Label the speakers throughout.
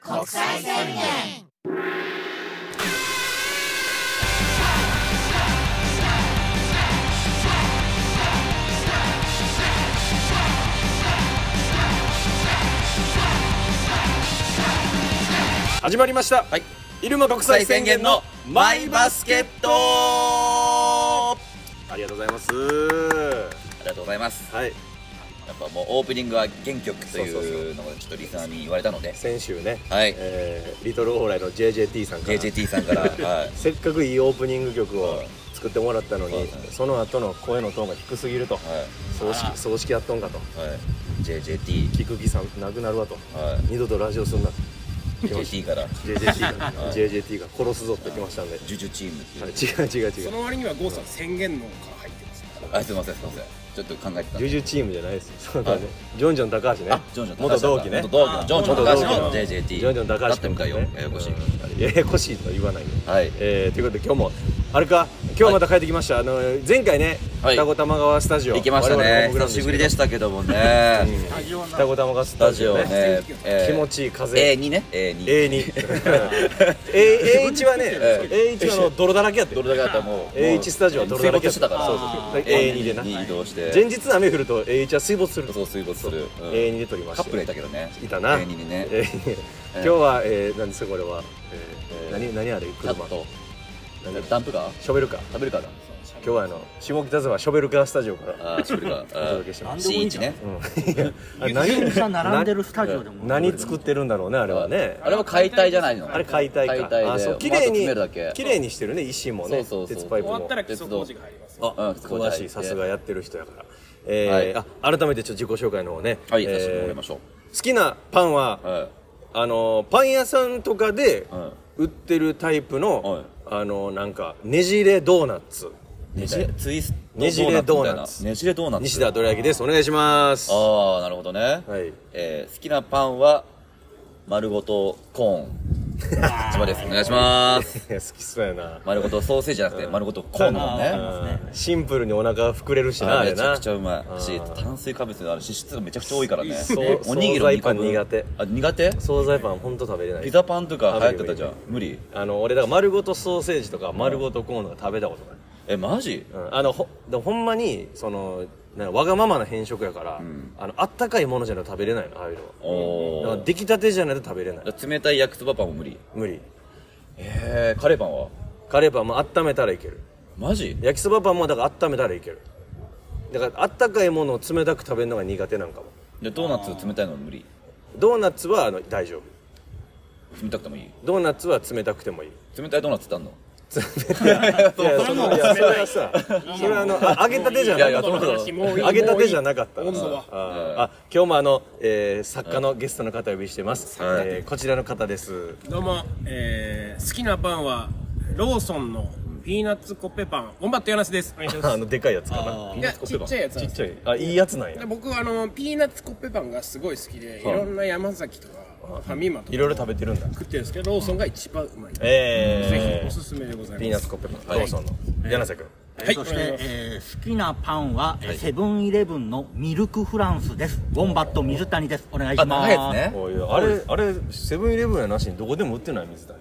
Speaker 1: 国際宣言
Speaker 2: 始まりました、
Speaker 3: はい
Speaker 2: イルマ国際宣言のマイバスケット
Speaker 3: あ
Speaker 2: ありがとうございます
Speaker 3: りがとうございます
Speaker 2: はい
Speaker 3: やっぱもうオープニングは原曲と
Speaker 2: そうそう
Speaker 3: いうのがちょっとリスナーに言われたので
Speaker 2: 先週ね、
Speaker 3: はい
Speaker 2: えーリトルオーライの JJT さんから
Speaker 3: JJT さんから、はい、
Speaker 2: せっかくいいオープニング曲を
Speaker 3: はい
Speaker 2: 作ってもらったのに、
Speaker 3: はい
Speaker 2: その後の声のトーンが低すぎると、
Speaker 3: は
Speaker 2: 葬式葬式やっとんかと
Speaker 3: い、はい、JJT
Speaker 2: 聞く気さんなくなるわと
Speaker 3: は
Speaker 2: 二度とラジオすんなと
Speaker 3: い JT から
Speaker 2: JJT が
Speaker 3: はい
Speaker 2: JJT が殺すぞって来ましたんで、
Speaker 3: ジュジュチームっていう
Speaker 2: はい、違う違う違
Speaker 4: そうの割には郷さん宣言のから入ってますね
Speaker 3: あすいませんすいませんちょっと考えてた
Speaker 2: ジ
Speaker 3: ん
Speaker 2: ュ
Speaker 3: で
Speaker 2: ジュチームじゃないですそうだね、
Speaker 3: はい
Speaker 2: ジョンジョン高橋ね
Speaker 3: あジョンジョン高橋
Speaker 2: 元同期ね
Speaker 3: 元同期のジョンジョン高橋の
Speaker 2: 元同期の
Speaker 3: JJT
Speaker 2: ジョンジョン高橋
Speaker 3: だってみたよ
Speaker 2: 君ね
Speaker 3: ややこしい
Speaker 2: うんややこしいとは言わないよ
Speaker 3: はい
Speaker 2: えー、ということで今日もあれか今日また帰ってきました、あの前回ね、
Speaker 3: はい
Speaker 2: 二子玉川スタジオ
Speaker 3: 行きまし
Speaker 2: 我
Speaker 3: た
Speaker 2: 々ホー
Speaker 3: ね
Speaker 2: ムグラウ
Speaker 3: 久
Speaker 2: ンド
Speaker 3: しぶりで
Speaker 2: し
Speaker 3: したけどもね、
Speaker 2: たけど、
Speaker 4: ジオ
Speaker 2: うん、二子玉川ス
Speaker 3: スタ
Speaker 2: タ
Speaker 3: ジ
Speaker 2: ジオ
Speaker 3: オ
Speaker 2: ね
Speaker 3: ね、え
Speaker 2: 気
Speaker 3: ー
Speaker 2: 持ちいい風
Speaker 3: A2 ね A2
Speaker 2: A2 A- A1 はね
Speaker 3: え
Speaker 2: A1 はあの泥だらけやって
Speaker 3: ドルだからもう
Speaker 2: A1 スタジオは泥だらけや
Speaker 3: 水没してたから
Speaker 2: そうそう
Speaker 3: そう
Speaker 2: A2 でな
Speaker 3: に移動して
Speaker 2: 前日雨降ると A1 は水没する
Speaker 3: そう水没する、うん
Speaker 2: A2 で撮りまし
Speaker 3: カ
Speaker 2: た
Speaker 3: ップルいたけどね
Speaker 2: いたな
Speaker 3: A2 にね
Speaker 2: えー 今日は、えー、何ですかこれは、えー、何何あれ
Speaker 3: ちょっ
Speaker 2: 車
Speaker 3: と
Speaker 2: 何
Speaker 3: ダンプカー
Speaker 2: ショベルカー
Speaker 3: 食べるかな
Speaker 2: 今日はあの下北沢ショベルカースタジオから
Speaker 3: あー食べるか
Speaker 2: お届けします
Speaker 3: 新一ね
Speaker 2: うんいやあれ何並んでるスタジオでも何作ってるんだろうねあれはね
Speaker 3: あれは解体じゃないの
Speaker 2: あれ解体か
Speaker 3: 解体で
Speaker 2: あそう綺
Speaker 3: もうあと
Speaker 2: 麗
Speaker 3: 詰めるだけ
Speaker 2: に綺麗にしてるね石もね
Speaker 3: そうそうそう
Speaker 2: 鉄パイプ
Speaker 4: 終わ
Speaker 2: も
Speaker 4: ったら基礎工事が入ります
Speaker 3: あうん
Speaker 2: 詳しいさすが
Speaker 3: や
Speaker 2: やってる人やからえーあ改めてちょっと自己紹介の方ね
Speaker 3: はい
Speaker 2: えー
Speaker 3: させてもらいましょ
Speaker 2: 好きなパンは
Speaker 3: うはい
Speaker 2: あのパン屋さんとかで
Speaker 3: は
Speaker 2: 売ってるタイプ
Speaker 3: はい
Speaker 2: のあのなんかねじれドーナツ
Speaker 3: ねじれツイスト
Speaker 2: ねじれドーナツ
Speaker 3: ねじれドーナツ
Speaker 2: 西田どら焼きですお願いします
Speaker 3: ああなるほどね
Speaker 2: はい
Speaker 3: えー好きなパンは丸ごとコー ン千葉ですお願いします
Speaker 2: いや好きそうやな
Speaker 3: 丸ごとソーセージじゃなくて丸ごとコーンだもんね
Speaker 2: シンプルにお腹膨れるしな
Speaker 3: あ
Speaker 2: あ
Speaker 3: ーめ
Speaker 2: れ
Speaker 3: ちゃ
Speaker 2: な
Speaker 3: くちゃうまいし炭水化物のある脂質がめちゃくちゃ多いからね
Speaker 2: そう
Speaker 3: おにぎりの2個分
Speaker 2: 惣菜パン苦手
Speaker 3: あ苦手
Speaker 2: 惣菜パンほんと食べれない
Speaker 3: ピザパンとか流行ってたじゃん無理
Speaker 2: あの俺だから丸ごとソーセージとか丸ごとコーンとか食べたことない
Speaker 3: えマジ
Speaker 2: うんあのほでもほんまにそのなんかわがままな偏食やから、あのあったかいものじゃないと食べれないのああいうの
Speaker 3: お
Speaker 2: だから
Speaker 3: ー
Speaker 2: 出来たてじゃないと食べれない
Speaker 3: 冷たい焼きそばパンも無理
Speaker 2: 無理
Speaker 3: えー、カレーパンは
Speaker 2: カレーパンも温めたらいける
Speaker 3: マジ
Speaker 2: 焼きそばパンもだから温めたらいけるだからあったかいものを冷たく食べるのが苦手なんかも
Speaker 3: でドーナツ冷たいの無理
Speaker 2: ドーナツはあの大丈夫
Speaker 3: 冷たくてもいい
Speaker 2: ドーナツは冷たくてもいい
Speaker 3: 冷たいドーナツってあんの
Speaker 2: いやそのいやそれはさそれはあのあ揚げたてじゃ
Speaker 3: いや
Speaker 2: ない
Speaker 3: や
Speaker 2: か
Speaker 3: そ
Speaker 2: っ
Speaker 3: の
Speaker 2: た揚げたてじゃなかった
Speaker 4: 温度は
Speaker 2: あーあ今日もあの、えー作家のゲストの方をお呼びしてます、
Speaker 3: はい
Speaker 2: えーこちらの方です
Speaker 4: どうも、えー、好きなパンはローソンのピーナッツコッペパンオンバットヤナシですお願いしま
Speaker 2: あ
Speaker 4: す
Speaker 2: のでかいやつかない
Speaker 4: やちっちゃいやつなんで
Speaker 2: ちっ
Speaker 4: す
Speaker 2: ちゃいあいいやつなんや
Speaker 4: で僕はあのピーナッツコッペパンがすごい好きでいろんな山崎とかファミマと
Speaker 2: い
Speaker 4: か
Speaker 2: ろいろ食べてるんだ
Speaker 4: 食ってるんですけどローソンが一番うまいぜ
Speaker 2: え
Speaker 4: ひ
Speaker 2: ー
Speaker 4: おすすめでございます
Speaker 2: ピーナッツコッペパンローソンの柳瀬君
Speaker 4: はい
Speaker 5: そし、
Speaker 4: お願いしてます
Speaker 5: えー好きなパンは、えーセブンイレブンのミルクフランスです。ウォンバット水谷です。お願い
Speaker 3: あ
Speaker 5: しま
Speaker 3: 長
Speaker 5: す。
Speaker 3: いやつね
Speaker 2: こういうあれあれセブンイレブンやなしにどこでも売ってない水谷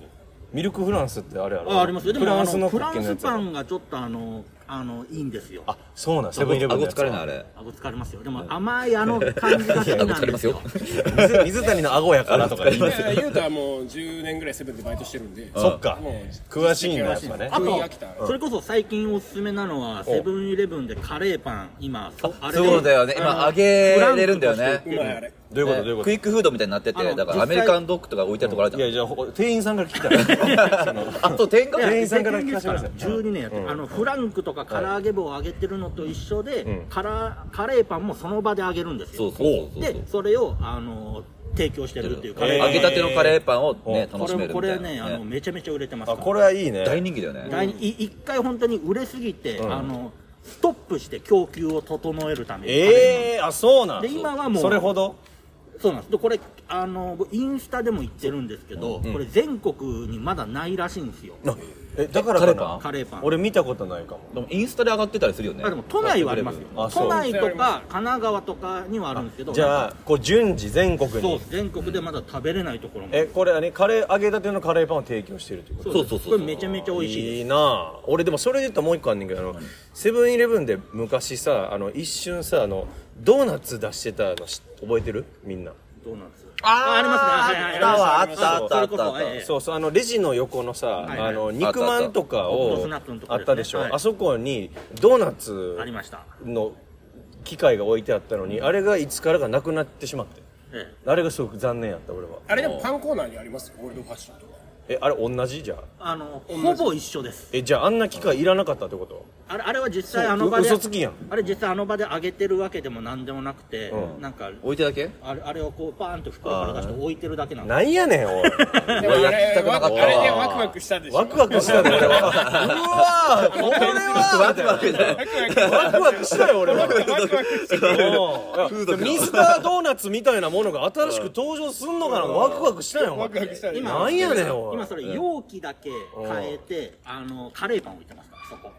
Speaker 2: ミルクフランスってあれやろ
Speaker 5: あ、ありますよ。で
Speaker 2: フ
Speaker 5: も、
Speaker 2: ラ
Speaker 5: あ
Speaker 2: ンスの
Speaker 5: の、フ
Speaker 2: コッ
Speaker 5: ラ
Speaker 2: ケ
Speaker 5: ン
Speaker 2: のや
Speaker 5: ス
Speaker 2: つや
Speaker 5: パ
Speaker 2: ろ
Speaker 5: ンがちょっと、あの、あの、いいんですよ。
Speaker 2: あそうなんセブンイレブンの
Speaker 3: 顎
Speaker 2: やつ
Speaker 3: 疲れないあれ
Speaker 5: 顎疲れますよ。でも、甘いあの感じが好きなん
Speaker 3: 顎疲れ
Speaker 5: で
Speaker 3: ますす
Speaker 5: よ
Speaker 3: よ。
Speaker 2: 水水谷の顎やからとか言い
Speaker 4: い
Speaker 2: ま
Speaker 4: やいやゆうたはもう10年ぐらいセブンでバイトしてるんで
Speaker 2: そっか
Speaker 4: もう
Speaker 2: 詳しいんだやっぱね
Speaker 5: あ
Speaker 4: 食い
Speaker 5: と
Speaker 4: 飽きた、
Speaker 5: それこそ最近おすすめなのは、セブンイレブンでカレーパン、今、そあれで
Speaker 3: そうだよね
Speaker 5: あの
Speaker 3: 今揚げれるんだよ
Speaker 5: フラン
Speaker 3: ね
Speaker 4: う
Speaker 5: クと
Speaker 4: まいあれ
Speaker 2: どういうことどういう
Speaker 3: ね
Speaker 2: こ
Speaker 3: クイックフードみたいになって
Speaker 5: あ
Speaker 3: て
Speaker 5: の
Speaker 3: だか
Speaker 5: 実
Speaker 3: らア
Speaker 5: 際
Speaker 3: メリカンドッグとか置いてるとこある
Speaker 2: とい
Speaker 3: じゃ
Speaker 2: や
Speaker 3: ん
Speaker 2: じゃあほ店員さんから聞きたい そ の
Speaker 3: あと店員が
Speaker 2: 店員
Speaker 5: して
Speaker 2: さんから聞かせてください
Speaker 5: 12年やってる、あのフランクとか唐揚げ棒を揚げてるのと一緒で、カラカレーパンもその場で揚げるんです
Speaker 3: そ
Speaker 5: よ
Speaker 3: うそうそうそう
Speaker 5: でそれをあの提供してるっていうカレーパン
Speaker 3: 揚げたてのカレーパンをね
Speaker 5: こ
Speaker 3: 楽しめ
Speaker 5: れ
Speaker 3: る
Speaker 5: こ
Speaker 3: みた
Speaker 5: れ
Speaker 3: い
Speaker 5: ね
Speaker 3: な
Speaker 5: あの
Speaker 3: ね
Speaker 5: めちゃめちゃ売れてます
Speaker 2: あ
Speaker 5: から
Speaker 2: これはいいね
Speaker 3: 大人気だよね
Speaker 5: 第二い一回本当に売れすぎて、あのストップして供給を整えるためにカレー
Speaker 2: ええー、あそうなん
Speaker 5: で今はもう
Speaker 2: それほど
Speaker 5: そうなんですでこれあのインスタでも言ってるんですけど、これ全国にまだないらしいんですよ
Speaker 2: えだからか
Speaker 3: カレーパ
Speaker 2: な
Speaker 3: ン
Speaker 5: カレーパン
Speaker 2: 俺見たことないかも
Speaker 3: でもインスタで上がってたりするよね
Speaker 5: あでも都内はありますよ
Speaker 3: あそう
Speaker 5: 都内と
Speaker 4: そうあり
Speaker 5: か神奈川とかにはあるんですけど
Speaker 2: じゃ
Speaker 5: あ
Speaker 2: あこう順次全国
Speaker 5: そう
Speaker 2: に
Speaker 5: 全国でまだ食べれないところも
Speaker 2: えこれあれカレー揚げたてのカレーパンを提供してるってこと
Speaker 5: です
Speaker 3: そうそうそうそう
Speaker 5: これめちゃめちゃ美味しいです
Speaker 2: いいなあ俺でもそれで言ったらもう一個あんねんけどあのセブンイレブンで昔さあの一瞬さあのドーナツ出してたのし覚えてるみんな
Speaker 5: ドーナツ
Speaker 3: あー
Speaker 5: ありますねはい
Speaker 3: あ
Speaker 5: はい
Speaker 3: ったわ
Speaker 5: りますります
Speaker 3: あったあった
Speaker 5: それこそ
Speaker 3: あったあった
Speaker 5: ええ
Speaker 2: そうそうあのレジの横のさ、
Speaker 5: いはい
Speaker 2: あの肉まんとか
Speaker 5: ホッ
Speaker 2: を
Speaker 5: トスナックのとこ
Speaker 2: あ
Speaker 5: ろですね
Speaker 2: ったでしょ、
Speaker 5: はい
Speaker 2: あそこにドーナツ
Speaker 5: ありました
Speaker 2: の機械が置いてあったのにあれがいつからかなくなってしまって
Speaker 5: ええ
Speaker 2: あれがすごく残念やった俺は
Speaker 4: あれでもパンコーナーにありますよ、ゴールドファッションとか。
Speaker 2: えあれ同じじゃあ
Speaker 5: あのほぼ一緒です
Speaker 2: えじゃああんな機械いらなかったってこと
Speaker 5: あれあれは実際
Speaker 2: そう
Speaker 5: あの場で
Speaker 2: 嘘つきやん
Speaker 5: あれ実際あの場で揚げてるわけでも何でもなくて
Speaker 2: うん
Speaker 5: なんか
Speaker 3: 置いてだけ
Speaker 5: あれあれをこうパーンと袋から出して置いてるだけなんで
Speaker 2: なんやねんおい
Speaker 4: でもあ
Speaker 3: やり
Speaker 4: れ、
Speaker 3: たくな
Speaker 4: わ
Speaker 3: か
Speaker 4: あ
Speaker 3: った
Speaker 4: れでワクワクしたでしょ。
Speaker 2: ワクワクしたね俺はうわーこれは
Speaker 3: ワクワクだ
Speaker 4: ワクワクワ
Speaker 2: ワクワクしたよ俺は
Speaker 4: クワクワクしてる
Speaker 3: ードか
Speaker 2: ミスタードーナツみたいなものが新しく登場すんのかなワクワクしたよ
Speaker 4: ワクワクしたでしょ。
Speaker 5: 今
Speaker 2: なんやねんおい
Speaker 5: 今それ容器だけ変えてあのカレーパン置いてますからそこ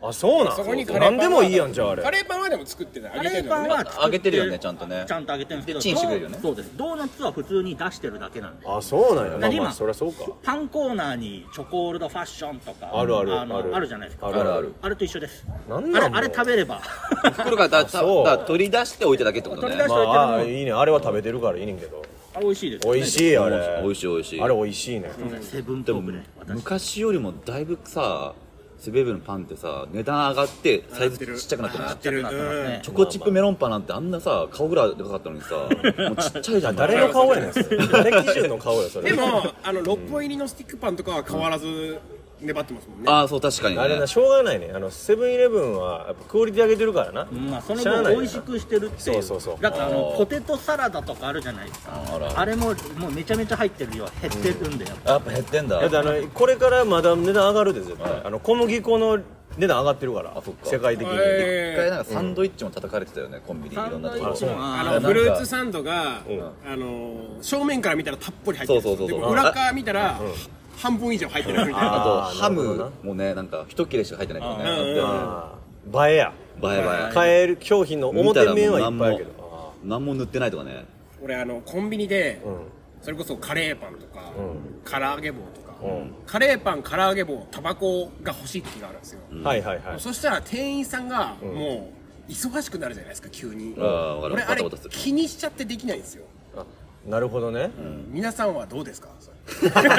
Speaker 2: あそうなん
Speaker 4: そこにカレーパン
Speaker 2: 何でもいいやんじゃああれ
Speaker 4: カレーパンはでも作ってない。
Speaker 5: カ
Speaker 4: 揚げ
Speaker 5: レ
Speaker 4: てる
Speaker 5: ーパ
Speaker 4: の
Speaker 5: ン
Speaker 4: ね。
Speaker 5: は作って
Speaker 3: あげてるよねちゃんとね
Speaker 5: ちゃんと揚げてるんですけど
Speaker 3: でチンしてくれるよね
Speaker 5: そうですドーナツは普通に出してるだけなんで
Speaker 2: あそうなんやまあ
Speaker 5: 何
Speaker 2: まあ
Speaker 5: 今
Speaker 2: そりゃそうか
Speaker 5: パンコーナーにチョコールドファッションとか
Speaker 2: あるある
Speaker 5: の
Speaker 2: ある
Speaker 5: あるじゃないですか
Speaker 2: あ
Speaker 3: るあるある
Speaker 5: あれと一緒です
Speaker 2: な
Speaker 5: あ
Speaker 2: ん
Speaker 5: れ
Speaker 2: なん
Speaker 5: あれ
Speaker 2: もう
Speaker 5: 食べれば
Speaker 3: 袋からだだ
Speaker 2: そう
Speaker 3: だ取り出して置いてだけってこと
Speaker 5: 取
Speaker 3: ね
Speaker 5: り出
Speaker 2: ま
Speaker 5: しておいてるの
Speaker 2: ああーいいねあれは食べてるからいいねんけど
Speaker 5: あれ美味しいですよね
Speaker 2: 美味しいあれ
Speaker 3: 美味しい美味しい
Speaker 2: あれ美味しいね
Speaker 5: セブン
Speaker 3: で
Speaker 5: ト
Speaker 3: も
Speaker 5: ークで私
Speaker 3: 昔よりもだいぶさセブンイレブンのパンってさ値段上がってサイズちっちゃくなってな
Speaker 5: な
Speaker 3: っ
Speaker 5: ってて
Speaker 3: る
Speaker 5: る
Speaker 3: うんチョコチップメロンパンなんてあんなさ顔ぐらいでかかったのにさもうちっちゃいじゃん
Speaker 2: 誰の顔やねんそれ誰基準の顔やそれ
Speaker 4: でも、あの、6本入りのスティックパンとかは変わらず粘ってますもんね。
Speaker 3: ああそう確かにね
Speaker 2: あれなしょうがないねあのセブンイレブンはやっぱクオリティ上げてるからな、
Speaker 5: まあその
Speaker 2: しゃあない
Speaker 5: 分
Speaker 2: よ
Speaker 5: 美味しくしてるってい
Speaker 2: そう
Speaker 5: う
Speaker 2: そうそう
Speaker 5: だからあの
Speaker 3: あー
Speaker 5: ポテトサラダとかあるじゃないですか
Speaker 3: あら
Speaker 5: あれももうめちゃめちゃ入ってる量減ってるんでやっぱ
Speaker 3: やっぱ減ってんだ
Speaker 2: だってあのこれからまだ値段上がるで絶対、あの小麦粉の値段上がってるから
Speaker 3: あそっか
Speaker 2: 世界的に、
Speaker 4: え
Speaker 3: 一回なんかサンドイッチも叩かれてたよねコンビニい
Speaker 5: サ
Speaker 3: ろん
Speaker 5: ン
Speaker 3: な
Speaker 5: ドイ
Speaker 3: とこ
Speaker 5: ッ
Speaker 3: ろ
Speaker 5: チも
Speaker 4: あ
Speaker 5: あ
Speaker 3: な
Speaker 4: の
Speaker 3: んか
Speaker 4: フルーツサンドが、あの正面から見たらたっぷり入ってるんですよ
Speaker 3: そうそうそう
Speaker 4: で
Speaker 3: そう
Speaker 4: も裏側見たら、半分以上入ってるみたいな
Speaker 3: あ
Speaker 2: あー
Speaker 3: と
Speaker 2: な
Speaker 3: ハ
Speaker 2: るほど
Speaker 3: ム
Speaker 2: な
Speaker 3: もねなんか一切れしか入ってないから
Speaker 4: うんうん
Speaker 3: ねだっ
Speaker 2: あー映えや
Speaker 3: てバイバイ
Speaker 2: 買える商品の
Speaker 3: 見た
Speaker 2: 表
Speaker 3: らも
Speaker 2: 面
Speaker 3: う
Speaker 2: はい
Speaker 3: 何
Speaker 2: っぱいあるけど
Speaker 3: も何も塗ってないとかね
Speaker 4: 俺あのコンビニで、
Speaker 2: ん
Speaker 4: それこそカレーパンとか、
Speaker 2: ん
Speaker 4: 唐揚げ棒とか、
Speaker 2: ん
Speaker 4: カレーパン唐揚げ棒タバコが欲しい時があるんですよ、
Speaker 2: あーはいはいはい
Speaker 4: そしたら店員さんが、もう忙しくなるじゃないですか急に
Speaker 3: あーわかる
Speaker 4: 俺あれ
Speaker 3: バタバタする
Speaker 4: 気にしちゃってできないんですよ
Speaker 2: なるほどね、
Speaker 4: 皆さんはどう ですかそれ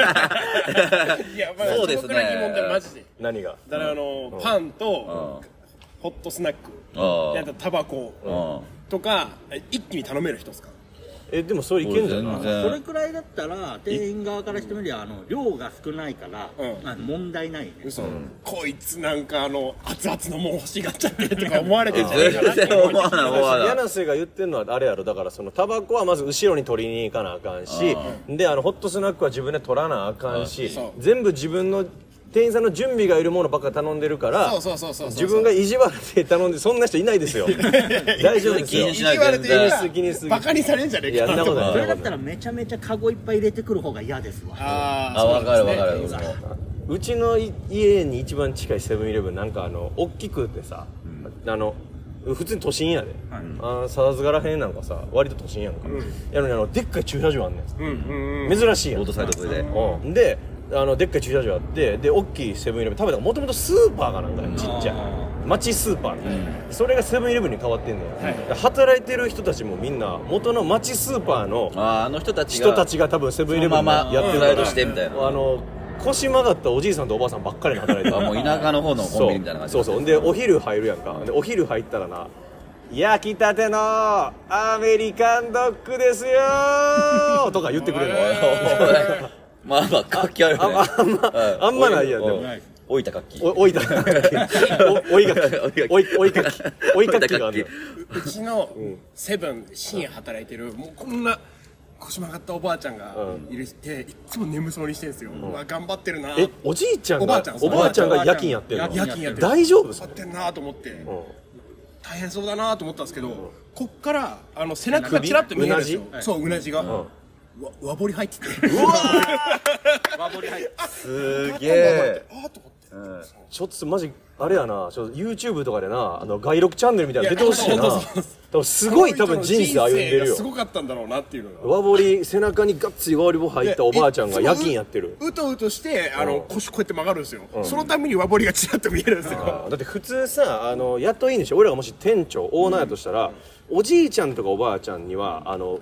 Speaker 4: いやまあ
Speaker 3: そうで
Speaker 4: 素
Speaker 3: すね
Speaker 4: 朴な疑問でマジで
Speaker 2: 何が
Speaker 4: だからあの、パンと、ホットスナック
Speaker 3: あー
Speaker 4: あとタバコ
Speaker 3: うん
Speaker 4: とか一気に頼める人ですか
Speaker 2: えでもそれいけんじゃない
Speaker 3: 俺全然
Speaker 5: それくらいだったら店員側からしてみりゃあの量が少ないから、
Speaker 4: うん
Speaker 5: まあ問題ないね
Speaker 4: 嘘、こいつなんかあの熱々のもん欲しがっちゃってるとか思われてんじゃないかな
Speaker 3: 全
Speaker 4: って
Speaker 3: 然思わない思わない
Speaker 2: 柳瀬が言ってるのはあれやろだからそのタバコはまず後ろに取りに行かなあかんしであのホットスナックは自分で取らなあかんし
Speaker 4: そう
Speaker 2: 全部自分の店員さんの準備がいるものばっか頼んでるから
Speaker 4: そうそうそうそう
Speaker 2: 自分が意地悪で頼んでそんな人いないですよ大丈夫ですよ
Speaker 3: 気にし
Speaker 4: 意
Speaker 3: な
Speaker 4: 地
Speaker 3: い
Speaker 4: 悪という
Speaker 3: 全
Speaker 4: か
Speaker 2: 然気にしすぎ
Speaker 4: バカにされんじゃねえ
Speaker 2: いや
Speaker 4: か
Speaker 2: そんなことない
Speaker 5: それだったらめちゃめちゃカゴいっぱい入れてくる方が嫌ですわ
Speaker 4: あ
Speaker 3: あ分かる分かる
Speaker 4: そうですね
Speaker 3: 俺も
Speaker 2: うちのい家に一番近いセブンイレブンなんかあの大きくてさ、あの普通に都心やで、
Speaker 5: はい
Speaker 2: あー笹塚らへんなんかさ割と都心やんか、やのにあのでっかい駐車場あんねん、
Speaker 4: うんうんうん
Speaker 2: 珍しいやん
Speaker 3: ロードサイド沿いで
Speaker 2: うん、であのでっかい駐車場あってで大きいセブンイレブン食べたもともとスーパーがなんかちっちゃい町スーパーみたいな、それがセブンイレブンに変わってんのよ、で働いてる人たちもみんな元の町スーパーの
Speaker 3: あーあの人たちが
Speaker 2: 人たちが多分セブンイレブン
Speaker 3: そのまま
Speaker 2: やってるか
Speaker 3: スラ
Speaker 2: ら
Speaker 3: イドしてみたいな
Speaker 2: あの腰曲がったおじいさんとおばあさんばっかりで働いて
Speaker 3: あ
Speaker 2: る
Speaker 3: もう田舎の方のコンビニみたいな感じ
Speaker 2: そうそうそうでお昼入るやんかでお昼入ったらな焼きたてのアメリカンドッグですよ ーとか言ってくれるの
Speaker 3: まあまあ活気あるよね
Speaker 2: ああんま
Speaker 3: う
Speaker 2: あんまないやんでも
Speaker 3: うん置いた活気
Speaker 2: おお いだかきおおいがきおいおいかきおいかきがある
Speaker 4: うちのセブン深夜働いてるもうこんな腰曲がったおばあちゃんがいるっていっつも眠そうにしてるんですよ、うわ頑張ってるな
Speaker 2: え
Speaker 4: 頑
Speaker 2: おじいちゃんが
Speaker 4: おばあちゃん
Speaker 2: おばあちゃんが夜勤やってる
Speaker 5: 夜
Speaker 2: の
Speaker 5: 勤
Speaker 4: やってる
Speaker 2: 大丈夫そ
Speaker 4: 張っ
Speaker 2: れ
Speaker 4: てんなと思って、大変そうだなと思ったんですけど、こっからあの背中がちらっと見えるんですよ
Speaker 5: うなじ
Speaker 4: そううなじが、うわ和彫り入ってて
Speaker 5: 和彫り入って
Speaker 3: すげえ。
Speaker 4: ああと思って
Speaker 2: ちょっとマジあれやなちょっと YouTube とかでなあの外録チャンネルみたいなの出てほしいな
Speaker 4: そうそうそう
Speaker 2: 多分すごい多分人生歩んでる
Speaker 4: 人生が
Speaker 2: よ
Speaker 4: すごかったんだろうなっていうのが
Speaker 2: 和彫り背中にガッツリ和彫り棒入ったおばあちゃんが
Speaker 4: でいつも
Speaker 2: 夜勤やってる
Speaker 4: ううとうとしてあの腰こうやって曲がるんですよ、そのために和彫りがちらっと見えるんですよ
Speaker 2: あだって普通さあの雇い主俺らがもし店長オーナーやとしたら、おじいちゃんとかおばあちゃんにはあの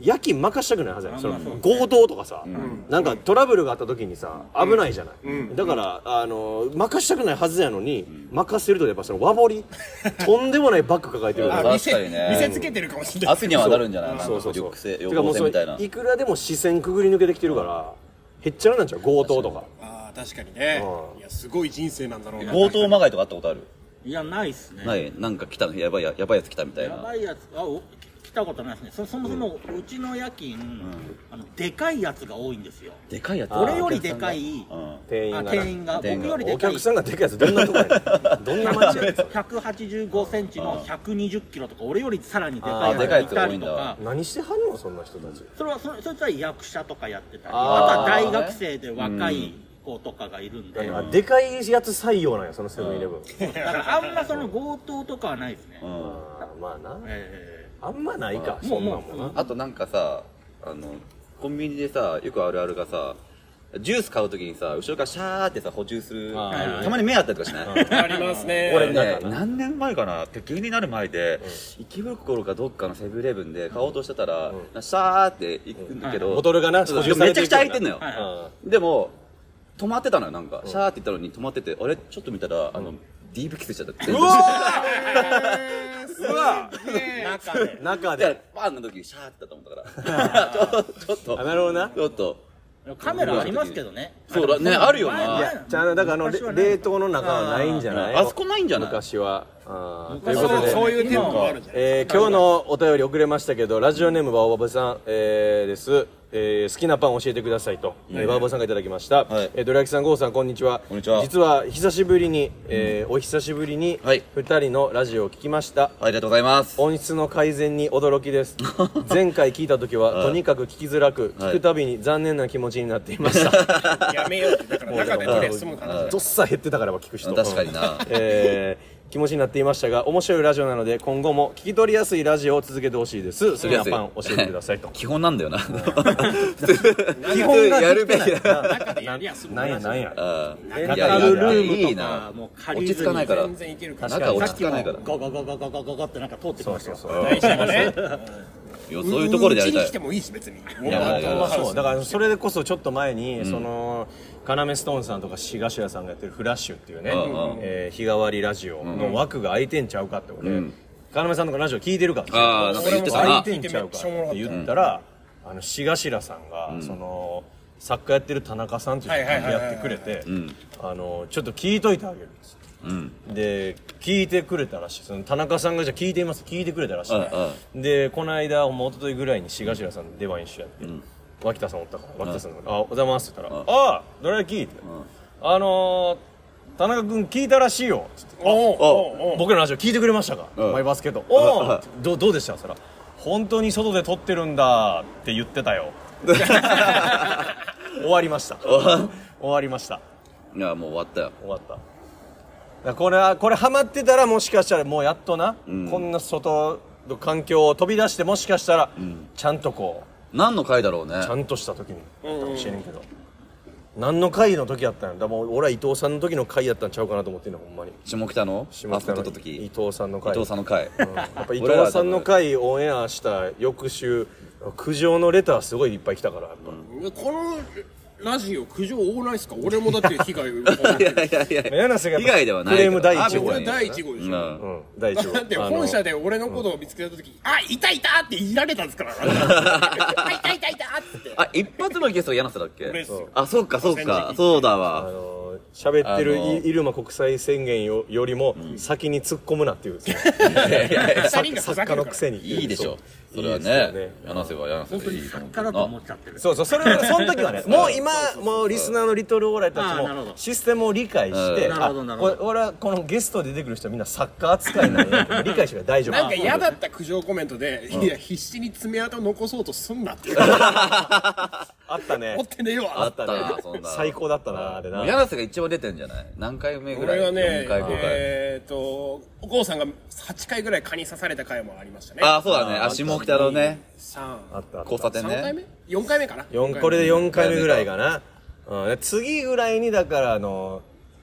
Speaker 2: 夜勤任したくないはずやんその強盗とかさ、なんかトラブルがあった時にさ危ないじゃない、だからあの任したくないはずやのに、任せるとやっぱその和彫 りとんでもないバッグ抱えてる
Speaker 4: あ
Speaker 3: 確か
Speaker 4: 見せ
Speaker 3: にね
Speaker 4: 見せつけてるかも しれない
Speaker 3: 汗にはなるんじゃない
Speaker 2: そうそうそう
Speaker 3: 抑制、
Speaker 2: てかも
Speaker 3: 抑
Speaker 2: う
Speaker 3: 制
Speaker 2: それ
Speaker 3: みたいな。
Speaker 2: いくらでも視線くぐり抜けてきてるからへっちゃらなんちゃう強盗とか
Speaker 4: ああ確かにね
Speaker 2: うん
Speaker 4: いやすごい人生なんだろうな
Speaker 3: 強盗まがいとかあったことある
Speaker 5: いやないっすね
Speaker 3: ないなんか来たの、やばいや、やばいやつ来たみたい
Speaker 5: や
Speaker 3: な。
Speaker 5: ばいやつあお来たことないですねそそもそもうちの夜勤、あのでかいやつが多いんですよ
Speaker 3: でかいやつ。
Speaker 5: 俺よりでかい
Speaker 3: うん。
Speaker 2: 店員が
Speaker 5: あ
Speaker 2: な
Speaker 5: 店員が
Speaker 3: 店員が
Speaker 5: 僕よりで
Speaker 2: お
Speaker 5: かい
Speaker 2: 客さんがでかいやつどんなとこやねんどんな 街やねん
Speaker 5: 185センチの120キロとか俺よりさらにで
Speaker 2: あ
Speaker 5: か
Speaker 2: ー
Speaker 5: い
Speaker 2: でか
Speaker 5: やつ
Speaker 3: い
Speaker 5: が
Speaker 3: や
Speaker 5: い
Speaker 3: つが多
Speaker 5: た
Speaker 3: い
Speaker 5: り
Speaker 3: ん
Speaker 5: と
Speaker 3: だ
Speaker 5: か
Speaker 2: 何してはんのそんな人たち
Speaker 5: それはそれそいつは役者とかやってたりあ
Speaker 2: あ
Speaker 5: と
Speaker 2: ー
Speaker 5: は大学生で若い子とかがいるんで、
Speaker 2: あでかいやつ採用なんやそのセブンイレブン
Speaker 5: だからあんまその強盗とかはないですね、
Speaker 3: うん。
Speaker 2: あーまあな
Speaker 5: え
Speaker 2: あんまないか
Speaker 5: ー
Speaker 2: そんなんもな
Speaker 3: あとなんかさ、あの、コンビニでさ、よくあるあるがさ、ジュース買うときにさ、後ろからシャーってさ、補充する。
Speaker 2: あー
Speaker 3: たまに目あったりとかしない
Speaker 4: ありますね
Speaker 3: 俺
Speaker 2: なん
Speaker 3: ね
Speaker 2: か、な
Speaker 3: 何年前かな、芸人になる前で、池袋かどっかのセブンイレブンで買おうとしてたら、シャーって行くんだけど、
Speaker 2: ボトルがな
Speaker 3: そう
Speaker 2: 補充され
Speaker 3: めち
Speaker 2: て
Speaker 3: ゃ
Speaker 2: い
Speaker 3: く
Speaker 2: く
Speaker 3: ちゃ空いてんのよ。
Speaker 5: はい
Speaker 3: でも、止まってたのよ、なんか、シャーって言ったのに止まってて、あれちょっと見たら、あの、ディープキスしちゃった。う
Speaker 2: うわ
Speaker 5: ー中で
Speaker 2: 中
Speaker 3: だから
Speaker 2: で、
Speaker 3: パンの時にシャーってだと思ったから。ちょっと、ちょっと
Speaker 2: あなるほどな
Speaker 3: ちょっと。
Speaker 5: カメラありますけどね
Speaker 3: そうだね、あるよ
Speaker 5: 前
Speaker 2: い
Speaker 5: 前
Speaker 3: な。
Speaker 2: やじゃあだからあの
Speaker 5: 昔は
Speaker 2: れ
Speaker 5: ね
Speaker 2: 冷凍の中はないんじゃない
Speaker 3: あそこないんじゃない
Speaker 2: 昔はあーとい
Speaker 5: 昔
Speaker 2: う
Speaker 5: は
Speaker 2: ことで
Speaker 4: そういう手もあるじゃん
Speaker 2: えー今日のお便り遅れましたけどラジオネームバオバブさん、えーです、えー好きなパン教えてくださいと、えーバオバブさんがいただきました、
Speaker 3: はい
Speaker 2: えードラキさんゴーさんこんにちは
Speaker 3: こんにちは
Speaker 2: 実は久しぶりに、えーお久しぶりに
Speaker 3: はい
Speaker 2: 2人のラジオを聞きました、
Speaker 3: ありがとうございます。
Speaker 2: 音質の改善に驚き です前回聞いた時はとにかく聞きづらく、
Speaker 3: は
Speaker 2: 聞
Speaker 3: い
Speaker 2: くたびに残念な気持ちになっていました
Speaker 4: やめようってだから中で取りゃ済むから
Speaker 2: どっさ減ってたからは聞く人
Speaker 3: 確かにな
Speaker 2: えー気持ちになっていましたが面白いラジオなので今後も聞き取りやすいラジオを続けてほしいです好きなパン教えてください と
Speaker 3: 基本なんだよな。
Speaker 2: 基本が
Speaker 3: やる べきだ。
Speaker 4: 中でやりゃ済む
Speaker 2: なんやなんや
Speaker 3: うん
Speaker 2: え
Speaker 3: いやいや
Speaker 5: 中のルームとか
Speaker 3: いいな
Speaker 5: もう借
Speaker 3: 落ち
Speaker 5: りず
Speaker 3: 着か
Speaker 5: に
Speaker 3: ないから。
Speaker 4: 全然いけるから
Speaker 3: 中落ち着かないから。
Speaker 5: ゴゴゴゴゴゴゴゴってなんか通ってき
Speaker 2: そう
Speaker 5: ました
Speaker 2: そう
Speaker 5: よ
Speaker 2: そ
Speaker 4: 大
Speaker 2: う
Speaker 4: 事だね
Speaker 3: いやそういうところでやりた
Speaker 4: うちに来て
Speaker 3: い。
Speaker 4: もいいし別に
Speaker 3: やいやいや
Speaker 4: わかる
Speaker 2: そうだからそれこそちょっと前に、その要ストーンさんとか志賀谷さんがやってる「フラッシュ」っていうね、
Speaker 3: うんうん
Speaker 2: えー日替わりラジオの枠が空いてんちゃうかって俺、
Speaker 3: ん
Speaker 2: 要さんとかラジオ聞いてるから
Speaker 3: あーなんか言ってた
Speaker 2: 空。
Speaker 3: ない
Speaker 2: てんちゃうかって言ったら、あの志賀らさんが、その作家やってる田中さんっていう人
Speaker 4: はいはい
Speaker 2: が
Speaker 4: はいはい
Speaker 2: やってくれてあのちょっと聞いといてあげるんですよ
Speaker 3: うん。
Speaker 2: で聞いてくれたらしいその田中さんがじゃあ聞いています聞いてくれたらしい、
Speaker 3: はいは
Speaker 2: でこの間もう一昨日ぐらいに志賀らさんの出番一緒やって、脇田さんおったから脇田さんが「あおはようございます」って言ったら「ああドラ焼き」って、あのー田中君聞いたらしいよ」つって
Speaker 4: おうおうおう
Speaker 2: 僕らのラジオ聞いてくれましたか、
Speaker 3: うん
Speaker 2: マイバスケット
Speaker 3: うん
Speaker 2: おおどどうでしたそら本当に外で撮ってるんだって言ってた よ終わりました終わりました
Speaker 3: いや、もう終わったよ。
Speaker 2: 終わっただからこれはこれハマってたらもしかしたらもうやっとな、
Speaker 3: ん
Speaker 2: こんな外の環境を飛び出してもしかしたら、ちゃんとこ
Speaker 3: 何の回だろうね
Speaker 2: うち。ゃんとした時にやったかもしれんけど、何の回の時やったんやだからもう俺は伊藤さんの時の回やったんちゃうかなと思ってんのほんまに
Speaker 3: 下北の
Speaker 2: 下北の
Speaker 3: アフター撮った時。
Speaker 2: 伊藤さんの
Speaker 3: 伊
Speaker 2: 回
Speaker 3: 藤さんの回。
Speaker 2: やっぱ伊藤さんの回オンエアした翌週苦情のレターすごいいっぱい来たからやっぱ、
Speaker 4: このラジオ苦情多ないっすか俺もだって被害を受けた
Speaker 3: いやいやいや。
Speaker 2: 柳瀬が
Speaker 3: 被害ではない
Speaker 2: ク
Speaker 3: け
Speaker 2: レー
Speaker 3: ど。
Speaker 2: ム第一
Speaker 3: あ別に
Speaker 2: 号や
Speaker 4: 俺第1号でし
Speaker 3: う。
Speaker 4: ょ
Speaker 2: うんん第一
Speaker 4: だって
Speaker 2: 号あの
Speaker 4: 本社で俺のことを見つけた時「あいたいた!」って言いられたんですから「あいたいたいた!」っつって
Speaker 3: あ、一発のゲストが柳瀬だっけ
Speaker 4: 俺っすよ
Speaker 3: あ、そうかそう
Speaker 4: 先
Speaker 3: か。
Speaker 4: 陣
Speaker 3: そうだ
Speaker 2: あ
Speaker 3: わ。
Speaker 2: の喋ってる
Speaker 3: あの
Speaker 2: い入間国際宣言よよりも先に突っ込むなっていう
Speaker 4: 二人がふざける
Speaker 2: 作家の
Speaker 4: から
Speaker 2: くせにってう
Speaker 3: いいでしょう。それはい
Speaker 2: いですよ
Speaker 3: ね、話せば話せ
Speaker 5: 本当
Speaker 3: ばい
Speaker 5: に
Speaker 3: いと
Speaker 5: 作
Speaker 3: 思うけ
Speaker 5: 家
Speaker 3: ど
Speaker 5: だと思
Speaker 3: な
Speaker 5: っ。ちゃってる
Speaker 2: そうそう、それは、その時はね、もう今、もうリスナーのリトルオーライた
Speaker 5: あーなる
Speaker 2: ち
Speaker 5: ほ
Speaker 2: も
Speaker 5: ど
Speaker 2: システムを理解して、
Speaker 5: うんなるほどなるほど
Speaker 2: これ俺はこのゲストで出てくる人みんなサッカー扱いなんやって理解してくれば大丈夫。
Speaker 4: なんか嫌だった苦情コメントで、いや、必死に爪痕残そうとすんなっていう。
Speaker 2: あったね
Speaker 4: 持っ。てねえ
Speaker 2: あ
Speaker 4: わ
Speaker 2: っ。た
Speaker 3: あったなそん
Speaker 2: ね
Speaker 3: な。
Speaker 2: 最高だったな、あれな。
Speaker 3: 柳瀬が一番出てんじゃない何回目ぐらい
Speaker 4: 俺はね
Speaker 3: 4、回、5回。
Speaker 4: えっと、お父さんが8回ぐらい蚊に刺された回もありましたね。
Speaker 3: あ、そうだね。あ、下北のね、
Speaker 4: 3、
Speaker 2: あったあった
Speaker 3: 交差点
Speaker 4: 3回目
Speaker 3: ね。
Speaker 4: ?4 回目かな
Speaker 2: 四これで4回目ぐらいかな、うん、次ぐらいにだからあの